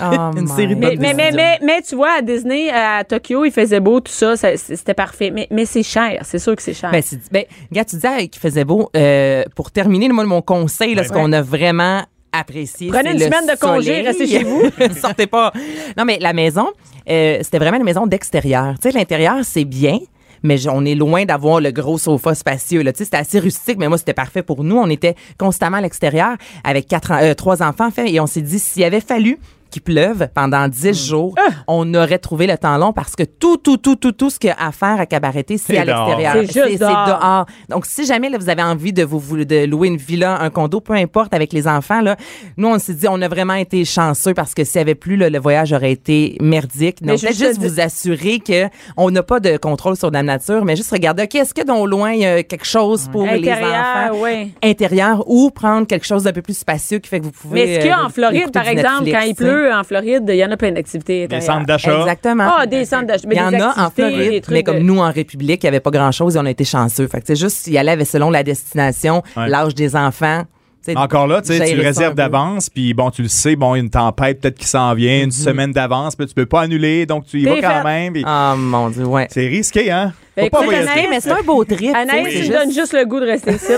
Oh
Une
my
série de
Mais,
bonnes
mais, mais, mais, mais tu vois, à Disney, à Tokyo, il faisait beau, tout ça, ça- c'était parfait. Mais, mais c'est cher, c'est sûr que c'est cher.
Ben, c'est- ben, regarde, tu disais euh, qu'il faisait beau. Euh, pour terminer, moi, mon conseil, là,
Ouais.
ce qu'on a vraiment apprécier.
Prenez
c'est
une
le
semaine de congé,
soleil.
restez chez vous.
Sortez pas. Non, mais la maison, euh, c'était vraiment une maison d'extérieur. Tu sais, l'intérieur, c'est bien. Mais j- on est loin d'avoir le gros sofa spacieux. Là. Tu sais, C'était assez rustique, mais moi, c'était parfait pour nous. On était constamment à l'extérieur avec quatre, en- euh, trois enfants. en Fait, et on s'est dit, s'il avait fallu qu'il pleuve pendant
Hmm.
dix jours,
Ah!
on aurait trouvé le temps long parce que tout, tout, tout, tout, tout ce qu'il y a à faire à Cabareté, c'est
C'est
à
dehors.
l'extérieur.
C'est juste dehors.
dehors. Donc, si jamais là, vous avez envie de vous, vous- de louer une villa, un condo, peu importe, avec les enfants, là, nous, on s'est dit, on a vraiment été chanceux parce que s'il n'y avait plus, là, le voyage aurait été merdique.
Mais
Donc,
je-
peut-être
je te
juste
dis-
vous assurer que on n'a pas de contrôle sur la nature, mais juste regarder, OK, est-ce que dans au loin, il y a quelque chose pour les
Intérieur,
enfants?
oui.
intérieur ou prendre quelque chose d'un peu plus spacieux qui fait que vous pouvez
Mais est-ce qu'il y a
euh,
en Floride,
écouter
par
du
exemple,
Netflix,
quand il
tu sais.
pleut, en Floride, il y en a plein d'activités.
Des
intérieures.
centres d'achat.
exactement
Ah, des centres d'achat. mais
il y en
des
a en
activités, des
Floride,
trucs
mais comme
de-
nous en République, il n'y avait pas grand-chose et on a été chanceux. Fait que c'est juste, il y allait avec- selon la destination,
Ouais.
l'âge des enfants. tu sais,
Encore là, tu sais, tu
gérer
le
ça
réserves
un peu.
d'avance, puis bon, tu le sais, bon, il y a une tempête peut-être qui s'en vient, une semaine d'avance, mais tu peux pas annuler, donc tu y vas
T'es
quand
fait.
même. puis
Ah mon Dieu, ouais.
C'est risqué, hein? Faut
Ben,
pas
écoute,
voyager.
Anaïs,
Mais c'est un beau trip. tu sais,
Anaïs,
c'est
tu me
juste-
donnes juste le goût de rester ici.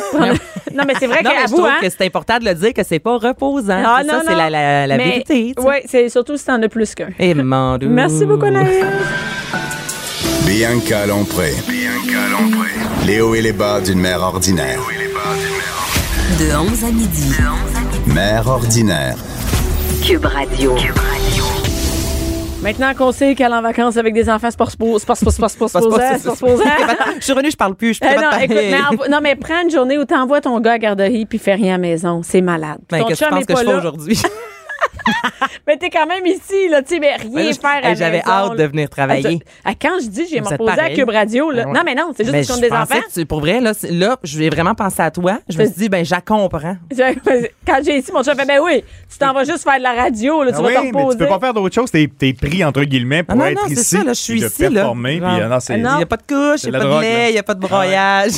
non, mais c'est vrai
Non, mais
qu'à
je
bout,
trouve
hein?
que c'est important de le dire que c'est pas reposant.
Ah,
C'est
non,
ça, c'est
non.
la, la, la vérité. tu sais.
Oui, c'est surtout si t'en as plus qu'un.
Eh, mon Dieu.
Merci beaucoup, Anaïs.
Bianca Lompré. Les hauts et les bas d'une mère ordinaire.
De 11 à midi.
Mère ordinaire.
Cube Radio.
Maintenant qu'on sait qu'elle est en vacances avec des enfants, c'est pas supposé, c'est pas supposé, c'est pas supposé,
Pas-
c'est
pas-
pas
c'est- c'est-
supposé.
Je suis revenue, je parle plus. Je suis
Eh
pas
non,
capable de
écoute,
parler.
Ben,
mais, envo- non, mais prends une journée où t'envoies ton gars à la garderie puis fais rien à la maison. C'est malade.
Ben,
ton
qu'est-ce que tu
chum
penses
est
que
pas
je fais
là.
aujourd'hui?
Mais t'es quand même ici, là, tu sais, mais rien
Ben là, je-
faire à la
hey, J'avais
maison,
hâte de
là.
venir
ben,
travailler.
Ah, Quand je dis j'ai me
Vous êtes
reposé à
pareil.
Cube Radio, là.
Ah ouais.
Non, mais non, c'est juste
Ben,
qu'ils sont des
pensais
enfants.
que tu- pour vrai, là, c'est- là, je vais vraiment penser à toi. Je me suis dit, ben, je la comprends.
Quand j'ai ici, mon chum fait, ben oui, tu t'en vas juste faire de la radio, là, tu
Ah
vas
oui,
te
mais
reposer.
tu peux pas faire d'autre chose. T'es es pris, entre guillemets, pour
Ah non,
être
non, c'est
ici.
ça, là, je suis
puis de
ici, là.
performer, puis,
Genre,
ah non, c'est-
Ben, eh
Il n'y
non.
a pas de couche,
C'est
il
de
n'y
la
a pas de
drogue, là.
lait, il n'y a
Ah
pas de broyage.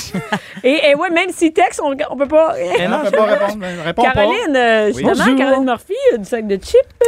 Et, et ouais, même si texte, on, on peut pas.
Ah non, je peux pas répondre. Réponds pas.
Caroline, euh, justement,
Bonjour.
Caroline Murphy euh, du sac de chips, euh.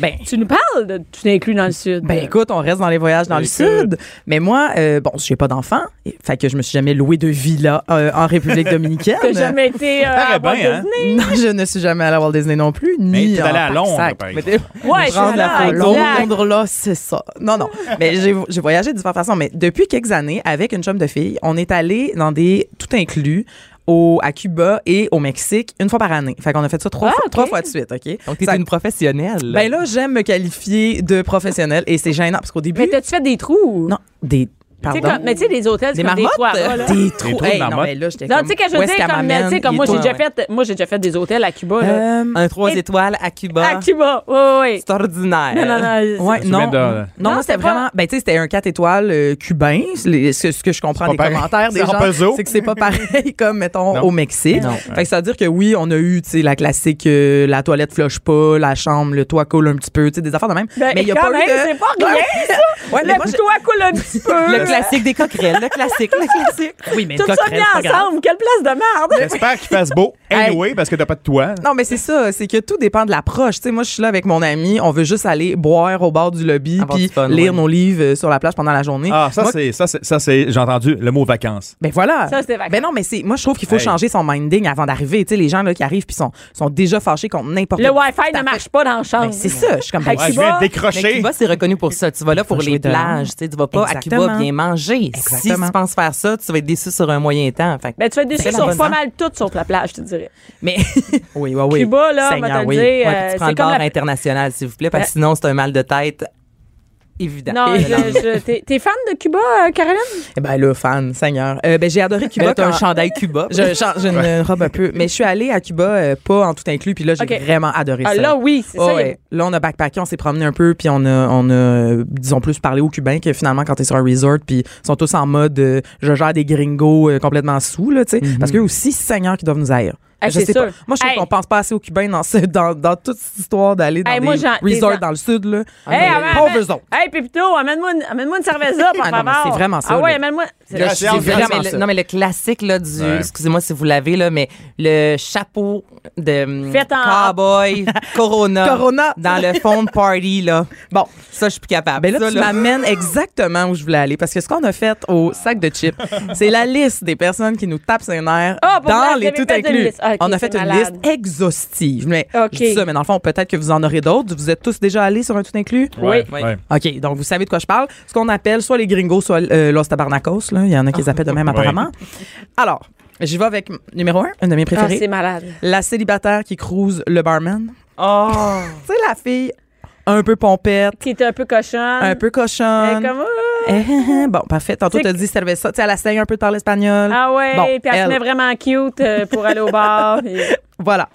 Ben,
tu nous parles de tout inclus dans le Sud.
Ben écoute, on reste dans les voyages dans le
Écoute.
sud. Mais moi, euh, bon, j'ai pas d'enfant, et- fait que je me suis jamais loué de villa euh, en République dominicaine.
T'as jamais été euh, à
paraît
Walt
bien, hein?
Disney?
Non, je ne suis jamais allée à Walt Disney non plus, ni
t'es
en
allée à Londres,
Pâques-Sac.
par
Mais t'es-
Ouais, je suis
prendre la
allée à
photo.
Londres.
Londres, là, c'est ça. Non, non. Mais j'ai j'ai voyagé de différentes façons. Mais depuis quelques années, avec une chum de fille, on est allé dans des tout inclus. Au, à Cuba et au Mexique une fois par année. Fait qu'on a fait ça trois,
Ah,
fois,
ok.
trois fois de suite, OK?
Donc, t'es
Ça-
une professionnelle.
Ben là, j'aime me qualifier de professionnelle et c'est gênant parce qu'au début...
Mais t'as-tu fait des trous?
Non, des.
Tu sais,
Pardon.
comme- mais tu sais, des hôtels, c'est
des
comme des
marmottes.
trois rats, Ah, là.
Des
Des
trous.
trous de
Hey, non,
marmottes.
mais là, j'étais
Non,
comme.
tu sais, quand je
où
veux
est-ce
dire,
qu'elle
comme,
m'amène?
tu sais, comme
Et
moi, j'ai
toi,
déjà
ouais.
fait, moi, j'ai déjà fait des hôtels à Cuba, là.
Euh,
un 3
Et-
étoiles à Cuba.
À Cuba, oui, oui.
C'est ordinaire.
Non, non, non.
Ouais,
Je me souviens
non.
de-
Non,
Non,
moi,
c'était
c'était
pas-
vraiment. Ben, tu sais, c'était un 4 étoiles euh, cubain. C'est les- Ce, ce que je comprends
C'est
des
pas pareil.
commentaires des
C'est en puzzle.
gens, c'est que c'est pas pareil comme, mettons,
Non.
au Mexique.
Non.
Fait que ça veut dire que oui, on a eu, tu sais, la classique, euh, la toilette flush pas, la chambre, le toit coule un petit peu, tu sais, des affaires de même.
Ben,
mais il y a
quand
pas
même,
eu de.
c'est pas rien, ça!
Ouais, mais moi,
Le
j'ai-
toit coule un petit peu.
Le classique des coquerelles, le classique, le classique.
Oui, mais
Tout
une
ça
coquerelle,
bien
c'est pas grave.
ensemble. Quelle place de merde!
J'espère qu'il fasse beau. Anyway, parce que t'as pas de toit.
Non, mais c'est ça, c'est que tout dépend de l'approche. Tu sais, moi, je suis là avec mon ami, on veut juste aller boire au bord du lobby
Avoir
puis
du fun,
lire
ouais.
nos livres euh, sur la plage pendant la journée.
Ah, ça,
Moi,
c'est, ça, c'est, ça, c'est, j'ai entendu le mot vacances.
ben voilà.
Ça, c'est des vacances.
Ben non, mais c'est moi je trouve qu'il faut
Hey.
changer son minding avant d'arriver, tu sais les gens là qui arrivent puis sont sont déjà fâchés contre n'importe
Le
quoi.
Wi-Fi ne marche pas dans la chambre.
Ben, c'est ça, je suis comme ben,
Ouais,
Ouais,
tu
je
vas-
viens de
Mais
décrocher.
Cuba, c'est reconnu pour ça. Tu vas là pour
Faut
les
jouer dehors.
plages. Tu sais, tu vas pas à Cuba
Exactement.
bien manger. Si
Exactement.
tu penses faire ça, tu vas être déçu sur un moyen temps. Fait que-
Ben, tu vas être déçu
C'est hein. la
sur
bonne
pas
heure.
mal tout sauf la plage, je te dirais.
Mais oui, oui, oui.
Cuba, là, on
Seigneur,
va te le
oui.
dire,
Ouais,
euh,
puis tu prends
c'est
le
comme
bord
la...
international, s'il vous plaît, parce que
Ben-
sinon, c'est un mal de tête évident.
Non,
Et-
je, je- t'es, t'es fan de Cuba, euh, Caroline?
Eh ben là, fan, Seigneur. Euh, ben j'ai adoré
Cuba,
Cuba
t'as un
quand-
chandail Cuba.
Je change une euh, robe un peu, mais je suis allée à Cuba euh, pas en tout inclus puis là j'ai
Ok.
vraiment adoré
Ah,
ça.
là, oui, c'est ça.
Ouais, ouais. Là, on a backpacké, on s'est promené un peu, puis on a, on a, euh, disons, plus parlé aux Cubains que finalement quand t'es sur un resort, puis ils sont tous en mode euh, je gère des gringos euh, complètement sous, là, tu sais.
Mm-hmm.
Parce qu'eux aussi, seigneurs qui doivent nous haïr.
Ah,
je
c'est
sais
sûr.
pas. Moi, je trouve
Hey.
qu'on pense pas assez aux Cubains dans, ce- dans, dans toute cette histoire d'aller dans
Hey,
des
moi, j'en- des gens-
resorts dans le sud, là.
Hey, amène-
Pauvres autres.
Hey, Pépito, amène-moi une, amène-moi une cerveza, par
Ah non, mais
favor.
c'est vraiment ça,
Ah ouais,
là.
amène-moi. C'est
Gracias.
la-
C'est
Non, Ah, mais
vraiment
le-
ça.
non, mais le classique, là, du.
Ouais.
Excusez-moi si vous l'avez, là, mais le chapeau de hum,
Fait en-
cowboy,
Ah,
Corona.
Corona.
Dans le fond de party, là.
Bon.
Ça, je suis plus capable.
Ben là,
Ça,
tu m'amènes exactement où je voulais aller. Parce que ce qu'on a fait au sac de chips, c'est la liste des personnes qui nous tapent sur les nerfs
Ah, pour vrai,
dans
vous
les
avez
tout
fait une
inclus.
liste. Ah, ok,
on
c'est
a fait une
malade.
liste exhaustive. Mais
Ok.
je dis ça, mais dans le fond, peut-être que vous en aurez d'autres. Vous êtes tous déjà allés sur un tout inclus?
Ouais,
Oui.
ouais.
OK, donc vous savez de quoi je parle. Ce qu'on appelle soit les gringos, soit euh, los tabarnakos. Là. Il y en a
Ah.
qui les appellent de même,
Ouais.
apparemment. Alors, j'y vais avec numéro un, une de mes
Ah, c'est
préférées.
malade.
la célibataire qui cruise le barman.
Oh.
Tu sais, la fille un peu pompette,
Qui était un peu cochon.
un peu cochonne.
comme, ah,
Eh, eh, eh, bon, parfait. Tantôt,
C'est
t'as dit ça. Tu sais, elle essaye un peu de parler espagnol.
ah ouais,
Bon,
puis elle, se
elle.
met vraiment cute euh, pour aller au bar. puis-
Voilà.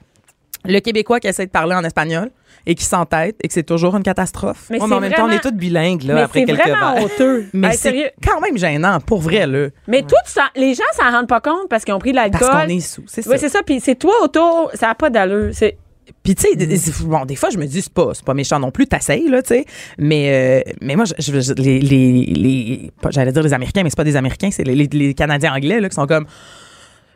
Le Québécois qui essaie de parler en espagnol et qui s'entête et que c'est toujours une catastrophe. Oh,
Mais
Ouais, mais
c'est
en même temps, on
vraiment-
est tous bilingues, là,
mais
après
c'est
quelques
vraiment
verres.
honteux.
Mais
Hey, sérieux.
c'est quand même gênant, pour vrai, là.
Mais toi, tu t'en- les gens s'en rendent pas compte parce qu'ils ont pris de l'alcool.
Parce qu'on est sous, c'est ça.
Oui, c'est ça. Puis c'est toi autour, ça n'a pas d'allure. C'est
Puis tu sais,
Mm.
des- des- bon, des fois je me dis c'est pas, c'est pas méchant non plus, t'essayes là, tu sais. Mais euh, mais moi, je, je- je- les les, les- pas- j'allais dire les Américains, mais c'est pas des Américains, c'est les, les- les Canadiens anglais là qui sont comme.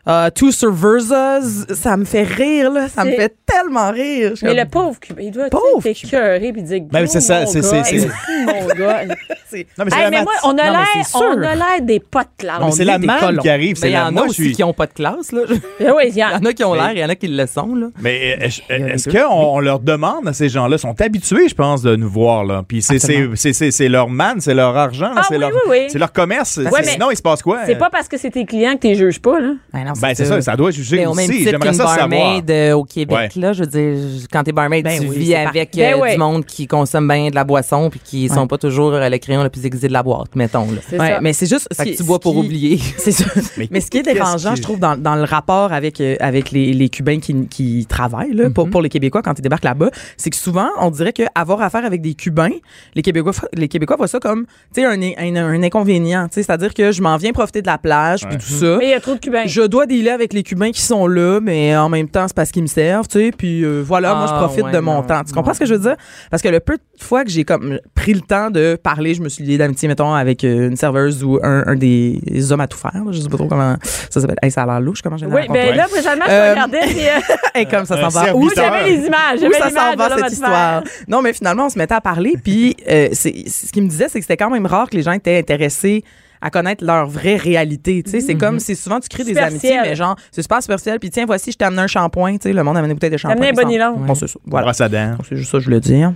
euh, two servers, ça me fait rire, là. Ça me
C'est-
fait tellement rire. Je suis
Mais
comme,
le pauvre Cubain, il doit
Pauvre
être écœuré puis dire
Ben, c'est ça,
Gros, mon
c'est-
gars,
c'est- c'est-
hey, mon gars.
Non, mais c'est
Hey,
la
mais
mat-
moi, on a
Non, mais
l'air,
c'est sûr.
on a l'air des potes là.
mais c'est
est
la
des
manne
colons.
qui arrive.
Mais
C'est
il y
la
en a
moi, je
aussi
suis.
qui n'ont pas de classe, là. Il
Oui, il y a-
y en a qui ont l'air, il y en a qui le sont, là.
Mais euh, est-ce-
y a les
est-ce
deux.
qu'on on leur demande à ces gens-là, sont habitués, je pense, de nous voir, là. Puis c'est- c'est
Absolument.
c'est- c'est- c'est leur man, c'est leur argent, là,
Ah
c'est
oui,
leur,
oui, oui.
c'est leur commerce.
que-
C'est- Sinon, il se passe quoi?
C'est pas parce que c'est tes clients que tu les juges pas, là.
Ah non,
Ben, c'est ça, ça doit juger
Mais au même
aussi.
titre
J'aimerais
qu'une
ça savoir.
barmaid euh, au Québec,
Ouais.
là, je veux dire, quand t'es barmaid,
Ben
tu
oui,
vis
c'est par-
avec
Ben
euh,
ouais.
du monde qui consomme bien de la boisson puis qui sont pas toujours euh, le crayon le plus aiguisé de la boîte, mettons. Là.
C'est
Ouais,
ça.
mais c'est juste. ce
Fait
qui-
que tu bois
ce
pour
qui-
oublier.
C'est ça.
Mais
Mais, ce qui est
qu'est-ce
dérangeant,
qui-
je trouve, dans, dans le rapport avec, euh, avec les, les Cubains qui, qui travaillent, là,
Mhm.
pour, pour les Québécois quand ils débarquent là-bas, c'est que souvent, on dirait qu'avoir affaire avec des Cubains, les Québécois, les Québécois voient ça comme tu sais, un, un, un inconvénient. tu sais, C'est-à-dire que je m'en viens profiter de la plage, puis tout ça.
Mais il y a trop de Cubains.
Je dois dealer avec les Cubains qui sont là, mais en même temps, c'est parce qu'ils me servent, tu sais. Puis euh, voilà, moi, je
Ah,
profite
ouais,
de mon
non,
temps. Tu comprends
non.
ce que je veux dire? Parce que le peu de fois que j'ai comme pris le temps de parler, je me suis lié d'amitié, mettons, avec euh, une serveuse ou un, un des hommes à tout faire. là, Je sais pas trop comment ça s'appelle. Hey, ça a l'air louche, comment j'ai
Oui, ben là, présentement, je te
Euh,
regardais, puis, euh,
hey, comme ça
Un
s'en va.
service
Où
oui, j'avais les images.
où
j'avais
ça
l'image
s'en
de
va
l'homme à
cette
tout
histoire?
faire.
Non, mais finalement, on se mettait à parler. Puis, euh, c'est- c'est- ce qu'il me disait, c'est que c'était quand même rare que les gens étaient intéressés à connaître leur vraie réalité. Tu sais, c'est comme, c'est souvent, tu crées des
Superficiel.
amitiés, mais genre, c'est super superficiel. Puis, tiens, voici, je t'ai amené un shampoing. Tu sais, le monde amène une bouteille de shampoing.
amené un
ils s'en-
bonilon.
Bon, c'est ça. Voilà.
Brosse à dents.
Donc, C'est juste ça que je voulais dire.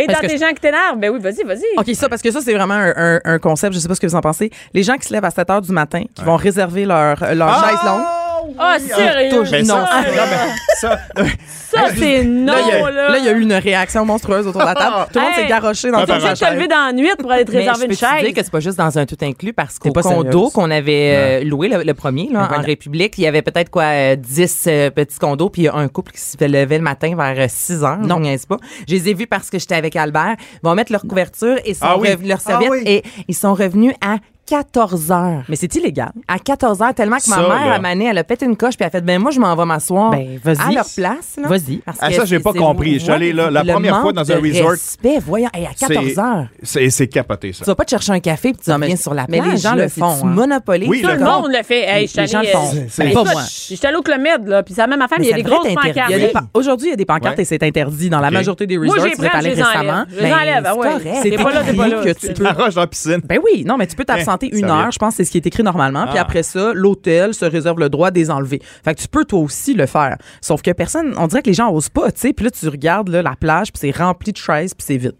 Et dans
Parce que-
des gens qui t'énervent, ben oui, vas-y, vas-y.
OK, ça, parce que ça, c'est vraiment un, un- un concept. Je sais pas ce que vous en pensez. Les gens qui se lèvent à 7 heures du matin, qui vont réserver leur,
euh,
leur chaise longue.
Ah, sérieux?
Mais
Non.
ça, c'est- non, mais ça,
Ça, c'est non,
Là, il y a-
là.
là, il y a eu une réaction monstrueuse autour de la table. Tout le monde
Hey.
s'est garoché dans
Ah,
son
T'es obligé
par
de te lever dans la nuit pour aller te
Mais je
réserver
peux
une
te
chaise.
dire que c'est pas juste dans un tout inclus parce qu'au
pas
condo
sérieuse.
qu'on avait euh, loué, le, le premier, là, en
voilà.
République, il y avait peut-être quoi, euh, 10 euh, petits condos, puis il y a un couple qui se levait le matin vers euh, 6 heures. Non, n'est-ce pas? Je les ai vus parce que j'étais avec Albert. Ils vont mettre leur couverture et sont
Ah oui.
revenus- leur
Ah
serviette
oui.
et ils sont revenus à 14 heures.
Mais c'est illégal.
à 14 heures tellement que
Ça,
ma mère,
là.
à Mané, elle a pété une coche puis elle a fait ben moi je m'en vais m'asseoir
Ben, vas-y.
à leur place là.
Vas-y.
Parce
Ah,
que
ça, j'ai
c'est-
pas
c'est-
compris. Je suis allé là, la
le
première fois
manque
dans un
de
resort.
respect, voyons, Hey, à 14 heures.
C'est c'est capoté, ça.
Tu vas pas te chercher un café puis tu reviens sur la
mais
plage.
les gens
là,
le
c'est
font,
du
hein.
Monopoly.
Oui,
ça,
Tout le
le
monde le fait. Hey, je suis
Les gens
allée,
le font.
euh,
C'est-
ben,
pas
ça,
moi.
je- J'étais allé au Clomède, là, puis c'est la même affaire, mais il y a
Mais
des
ça
grosses
devrait être
pancartes.
Il
interdit.
y a des
Oui.
pa- Aujourd'hui, il y a des pancartes
Ok.
et c'est interdit dans la
Ok.
majorité des
Moi,
resorts.
j'ai
tu
pris,
es
je
allé
les
récemment. Ben,
enlève. Je les enlève, ah ouais.
correct.
C'est
T'es pas là, t'es pas là.
écrit que tu peux.
La roche dans la piscine.
Ben oui, non, mais tu peux t'absenter
Eh,
une
sérieux?
heure, je pense, c'est ce qui est écrit normalement. Puis
Ah.
après ça, l'hôtel se réserve le droit de les enlever. Fait que tu peux toi aussi le faire. Sauf que personne, on dirait que les gens osent pas, tu sais. Puis là, tu regardes là, la plage, puis c'est rempli de chaises, puis c'est vide.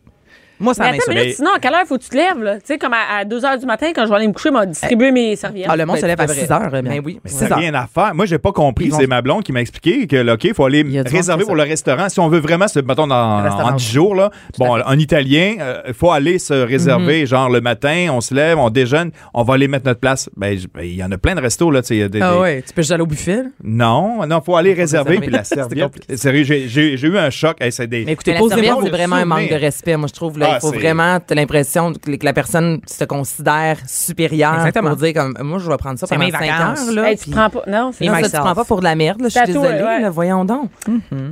Moi, ça
Mais attends,
m'insulte.
mais là, sinon, à quelle heure faut que tu te lèves? là? Tu sais, comme à, 2 h du matin, quand je vais aller me coucher, m'a distribué mes serviettes.
Ah, le monde se lève à 6 heures.
Mais
bien.
Ben oui, mais
Six
Ça n'a
heures.
rien à faire. Moi, j'ai pas compris.
Ils vont-
C'est ma blonde qui m'a expliqué que, là, OK, il faut aller
y a du monde
réserver
qui fait
pour
ça.
le restaurant. Si on veut vraiment se, mettons, dans-
Le restaurant.
en 10 jours, là, bon, en italien, il faut aller se réserver, genre, le matin, on se lève, on déjeune, on va aller mettre notre place. Ben, je- ben, il y en a plein de restos, là, tu sais. il y a des-
Ah
des-
ouais, tu peux juste aller au buffet. là.
Non, non, faut aller réserver,
réserver.
puis la
C'était
serviette. Sérieux, j'ai- j'ai j'ai eu un choc. Hey, c'est des-
Mais écoutez,
la
posez-moi
serviette,
vos
c'est vraiment un
souvenirs.
manque de respect, moi, je trouve. Là,
Ah,
il faut
c'est-
vraiment, t'as l'impression que que la personne se considère supérieure
Exactement.
pour dire, comme, moi, je vais prendre ça
C'est
pendant
mes
5
vacances.
heures, là.
Hey, tu
puis-
prends pas. Non, c'est
Non, ça,
ça.
tu prends pas pour de la merde, là, je suis
Tatoué,
désolée,
ouais.
là, voyons donc.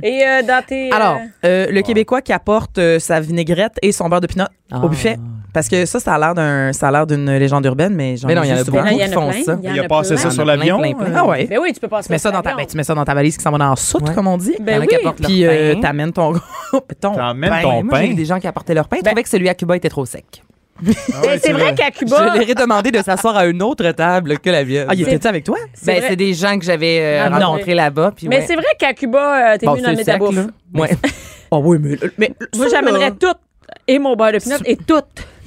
Et euh, dans tes. euh,
Ah.
Alors, euh, le Québécois qui apporte euh, sa vinaigrette et son beurre de pinot
Ah.
au buffet Parce que ça, ça a l'air d'un, ça a l'air d'une légende urbaine, mais j'en
Mais non, il y en
ai
a
souvent.
beaucoup.
Ah, Il y en
qui font
a plein.
ça.
y en
Il a
a
passé
plein.
ça sur l'avion. euh,
Ah ouais.
Ben oui, tu peux passer
Tu mets, ça dans ta, ben, tu mets ça dans ta valise qui s'en va dans la soute,
Ouais.
comme on dit.
Ben
Il y en a qui
oui.
apportent leur
Puis euh,
pain.
t'amènes ton, ton Ben
T'emmènes
Ben,
ton
moi, j'ai
pain.
vu des gens qui apportaient leur pain. Ils trouvaient que celui à Cuba était trop sec.
Ah
Ben,
ouais,
c'est vrai qu'à Cuba,
Je leur ai demandé de s'asseoir à une autre table que la vienne.
Ah, il était avec toi?
c'est
ben,
vrai.
c'est des gens que j'avais euh,
Ah, non.
rencontrés là-bas. puis
mais
ouais.
c'est vrai qu'à Cuba, euh, t'es
Bon,
venu dans
c'est
mes
sec, là.
tabouffe.
Ouais.
Ah oui, mais. mais
Moi,
ça,
j'amènerais
là-
tout. Et mon beurre de pinot et tout.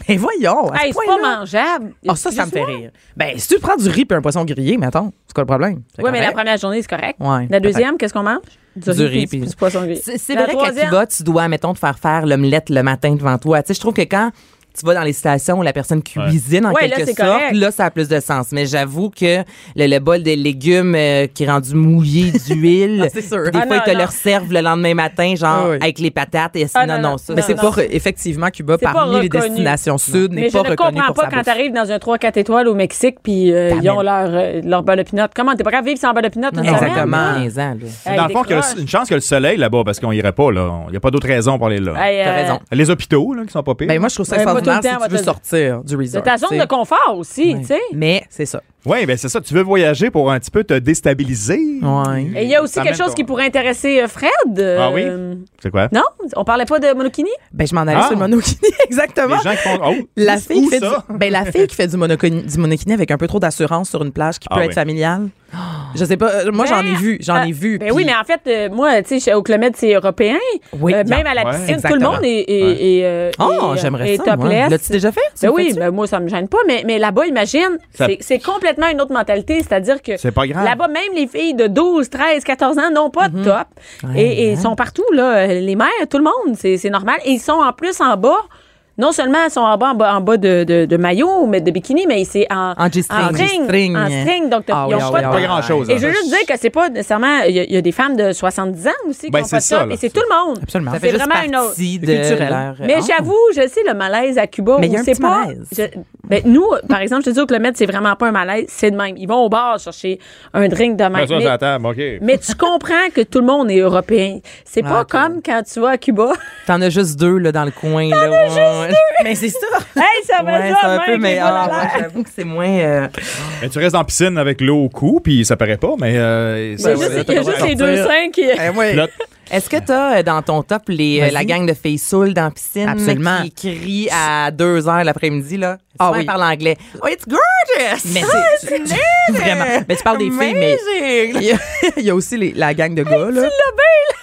Mais voyons! à ce
Hey, c'est pas
point-là.
mangeable.
Ah, ça, ça me fait rire. Ben, si tu prends du riz et un poisson grillé, mais attends, c'est quoi le problème? C'est
Oui, mais la
correct.
première journée, c'est correct.
Ouais,
la deuxième, qu'est-ce qu'on mange?
Du riz,
puis
puis-
du poisson gris.
C'est c'est
La
vrai qu'à
troisième-
Cuba, tu dois, mettons, te faire faire l'omelette le matin devant toi. Tu sais, je trouve que quand tu vas dans les stations où la personne cuisine en
Ouais, là,
quelque
c'est
sorte,
correct.
là, ça a plus de sens. Mais j'avoue que le, le bol de légumes euh, qui est rendu mouillé d'huile,
Ah, c'est sûr.
des
Ah,
fois,
non,
ils te
non.
le servent le lendemain matin, genre,
Ah, oui.
avec les patates. Et,
Ah,
non,
non,
non,
non.
ça,
Mais
Non,
c'est
non.
pas. re- Effectivement, Cuba,
C'est pas
parmi les
reconnu.
destinations sud,
Mais
n'est
je
pas
ne
reconnu
comprends
pour
pas
sa
quand
bouffe.
t'arrives dans un 3-4 étoiles au Mexique, puis euh, ils ont leur, euh, leur beurre de pinot. Comment t'es pas capable de vivre sans beurre de pinot une
Non, non,
semaine?
Exactement.
mais les ans, là.
Hey,
Dans le fond, qu'il y a
décroche.
une chance que le soleil là-bas, parce qu'on irait pas, là. Il n'y a pas d'autre raison pour aller là.
Hey,
T'as
euh,
raison.
Les hôpitaux, là, qui sont pas pires.
Ben, moi, je trouve ça
Ouais, moi, tout le
extraordinaire
temps,
si
moi,
tu veux
tout-
sortir du
C'est
resort.
ta zone
tu
de
sais.
confort aussi,
Ouais.
tu sais.
Mais c'est ça.
Oui, ben c'est ça. Tu veux voyager pour un petit peu te déstabiliser.
Ouais.
Et il y a aussi
Ça
quelque
mène
chose
ton-
qui pourrait intéresser euh, Fred.
Ah oui?
euh,
C'est quoi?
Non? On parlait pas de monokini?
Ben, je m'en allais
Ah.
sur le monokini, exactement.
Les gens qui font. Oh,
La
où-
fille,
où
qui fait
ça?
du, ben, la fille qui fait du monokini, du monokini avec un peu trop d'assurance sur une plage qui peut
Ah
être
oui.
familiale. Je sais pas. euh, Moi, j'en ai vu. J'en ai vu.
Ben
puis-
oui, mais en fait, euh, moi, tu sais, au Clomède, c'est européen.
Oui,
Euh,
non.
même à la
Ouais.
piscine,
Exactement. Ah,
tout le monde est. est- est, euh,
Oh,
est, euh,
j'aimerais
est
ça. moi.
topless.
L'as-tu déjà fait? Tu
Ben
le
oui,
fais-tu?
ben moi, ça me gêne pas, mais, mais là-bas, imagine,
Ça-
c'est- c'est complètement une autre mentalité. C'est-à-dire que
C'est pas grave.
là-bas, même les filles de 12, 13, 14 ans n'ont pas de top. et et ils sont partout, là, les mères, tout le monde, c'est c'est normal. Et ils sont en plus en bas. Non seulement ils sont en bas, en bas, en bas de, de, de maillot, mais de bikini, mais c'est en,
En G-string.
En string.
En G-string.
En string, donc t'as-
Ah
ils
oui,
ont
ah
pas
oui,
de
ah
Pas
oui.
grand-chose. hein.
et je veux juste dire que c'est pas nécessairement. Il y, a- il y a des femmes de 70 ans aussi
Ben,
qui ont
c'est
pas de
ça,
top,
là.
Et c'est tout le monde.
Absolument.
Ça
C'est
fait juste
vraiment une autre.
partie de
C'est culturel.
leur-
Mais
Oh.
j'avoue, je sais le malaise à Cuba.
Mais il y a
où
un
c'est
petit
pas,
malaise.
je- ben, nous, par exemple, je te dis que le maître, c'est vraiment pas un malaise, c'est de même. Ils vont au bar chercher un drink de même.
Ben, Ça,
Mais-
ça, attends, OK.
mais tu comprends que tout le monde est européen. C'est pas comme quand tu vas à Cuba.
T'en as juste deux là, dans le coin. T'en as juste deux!
Mais c'est ça.
hey, ça va
Ouais,
ça,
c'est un
mec,
peu
les voilà
meilleur.
là.
Ouais, J'avoue que c'est moins. euh,
Mais tu restes en piscine avec l'eau au cou, puis ça paraît pas, mais. euh,
C'est
ça-
juste-
ça-
Il y a juste les deux seins qui.
Eh oui.
Là,
Est-ce que t'as euh, dans ton top les, euh,
Vas-y.
la gang de filles saoules dans la piscine
Absolument.
qui crient à 2 heures l'après-midi là
Ah
Souvent,
oui.
ils parlent anglais. Oh, it's gorgeous.
Mais c'est- tu- tu- vraiment. Mais tu parles des filles, mais il y a, il y a aussi les- la gang de gars. Là.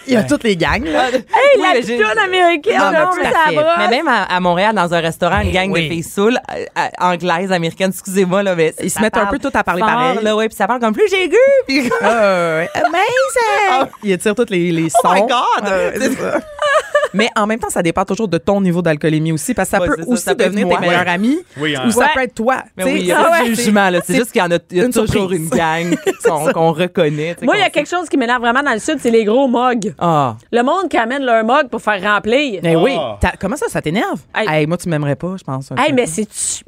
Il y a toutes les gangs. Là.
Ah, Hey,
La toune américaine,
non,
non,
mais tout
mais
à
ça
fait.
brosse.
Mais même à, à Montréal, dans un restaurant, une gang
oui.
de filles saoules, euh, euh, anglaises, américaines, excusez-moi, là, mais
Ils
ça
se mettent un
parle
peu toutes à parler
fort,
pareil.
Là, ouais, puis ça parle comme plus j'ai gu, puis
Euh, ouais. Ah,
amazing.
Il attire tous les, les sons.
Oh my God!
Ouais, c'est ça. Mais en même temps, ça dépend toujours de ton niveau d'alcoolémie aussi, parce que ça
Ouais,
peut
c'est ça,
aussi
ça peut être
devenir
moi.
tes meilleurs amis,
Oui, hein.
ou ça
Ouais.
peut être toi.
Mais
tu sais.
Ben oui, il n'y a
Ah
pas
ouais.
de jugement, là. C'est
C'est-
juste qu'il y en a, il y a
une
toujours
surprise.
une gang qu'on qu'on reconnaît. tu sais,
Moi, il y a
qu'on
quelque chose qui m'énerve vraiment dans le Sud, c'est les gros mugs.
Ah.
Le monde qui amène leur mug pour faire remplir.
Mais oui.
Ah.
T'as- Comment ça, ça t'énerve?
Hey.
Hey, moi, tu m'aimerais pas, je pense. un
Hey,
peu.
mais c'est C'est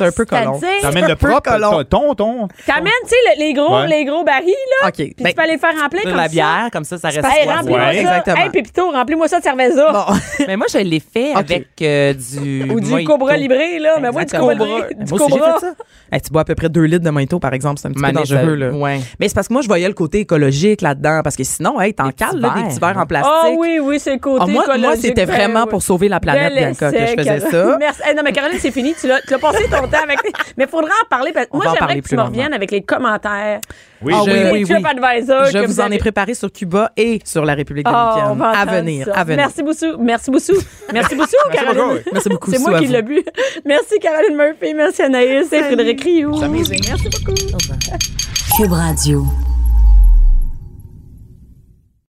un peu colon.
T'amènes le
un peu
propre.
colon.
Ton, ton.
T'amènes, tu sais, le- les gros,
Ouais.
les gros barils, là.
OK.
Puis
ben,
tu peux aller faire remplir
de
comme
la
ça.
bière, comme ça, ça reste
Hey,
froid.
remplis-moi
Ouais,
ça.
exactement.
Hey, Pépito, remplis-moi ça de cerveza.
bon.
Mais moi, je l'ai fait avec euh, du.
Ou du
mojito.
cobra libré, là. Mais moi, du
Exactement.
cobra libré.
Moi
Du
aussi, j'ai
cobra.
fait ça. Hey, tu bois à peu près 2 litres de mojito, par exemple. C'est un petit peu
Mané, ça-
dangereux. Là.
ouais.
Mais c'est parce que moi, je voyais le côté écologique là-dedans. Parce que sinon, hey, t'en
Des petits
cales là, des
verres,
petits verres en plastique.
Ah oui, oui, c'est le côté
Ah, moi, moi,
écologique.
c'était
Ben
vraiment
oui.
pour sauver la planète,
Bel
Bianca, que
essai,
je faisais
Caroline.
ça.
Merci. Hey, non, mais Caroline, c'est fini. Tu l'as tu l'as passé ton temps avec. Mais faudra en parler. Parce...
On
Moi,
va en
j'aimerais
parler
que tu
plus
me
longuement.
reviennes avec les commentaires.
Oui,
Ah
je-
oui,
les
oui, oui.
TripAdvisor
Je
que
vous en ai
avez-
préparé sur Cuba et sur la République
Ah, on
dominicaine.
va
à
entendre
venir,
ça.
à venir.
Merci beaucoup. Merci beaucoup. Merci beaucoup, Caroline.
beaucoup.
Merci beaucoup,
C'est
Sue,
moi
à
qui
vous.
l'ai bu. Merci, Caroline Murphy. Merci, Anaïs et Frédéric Rioux.
Cube Radio.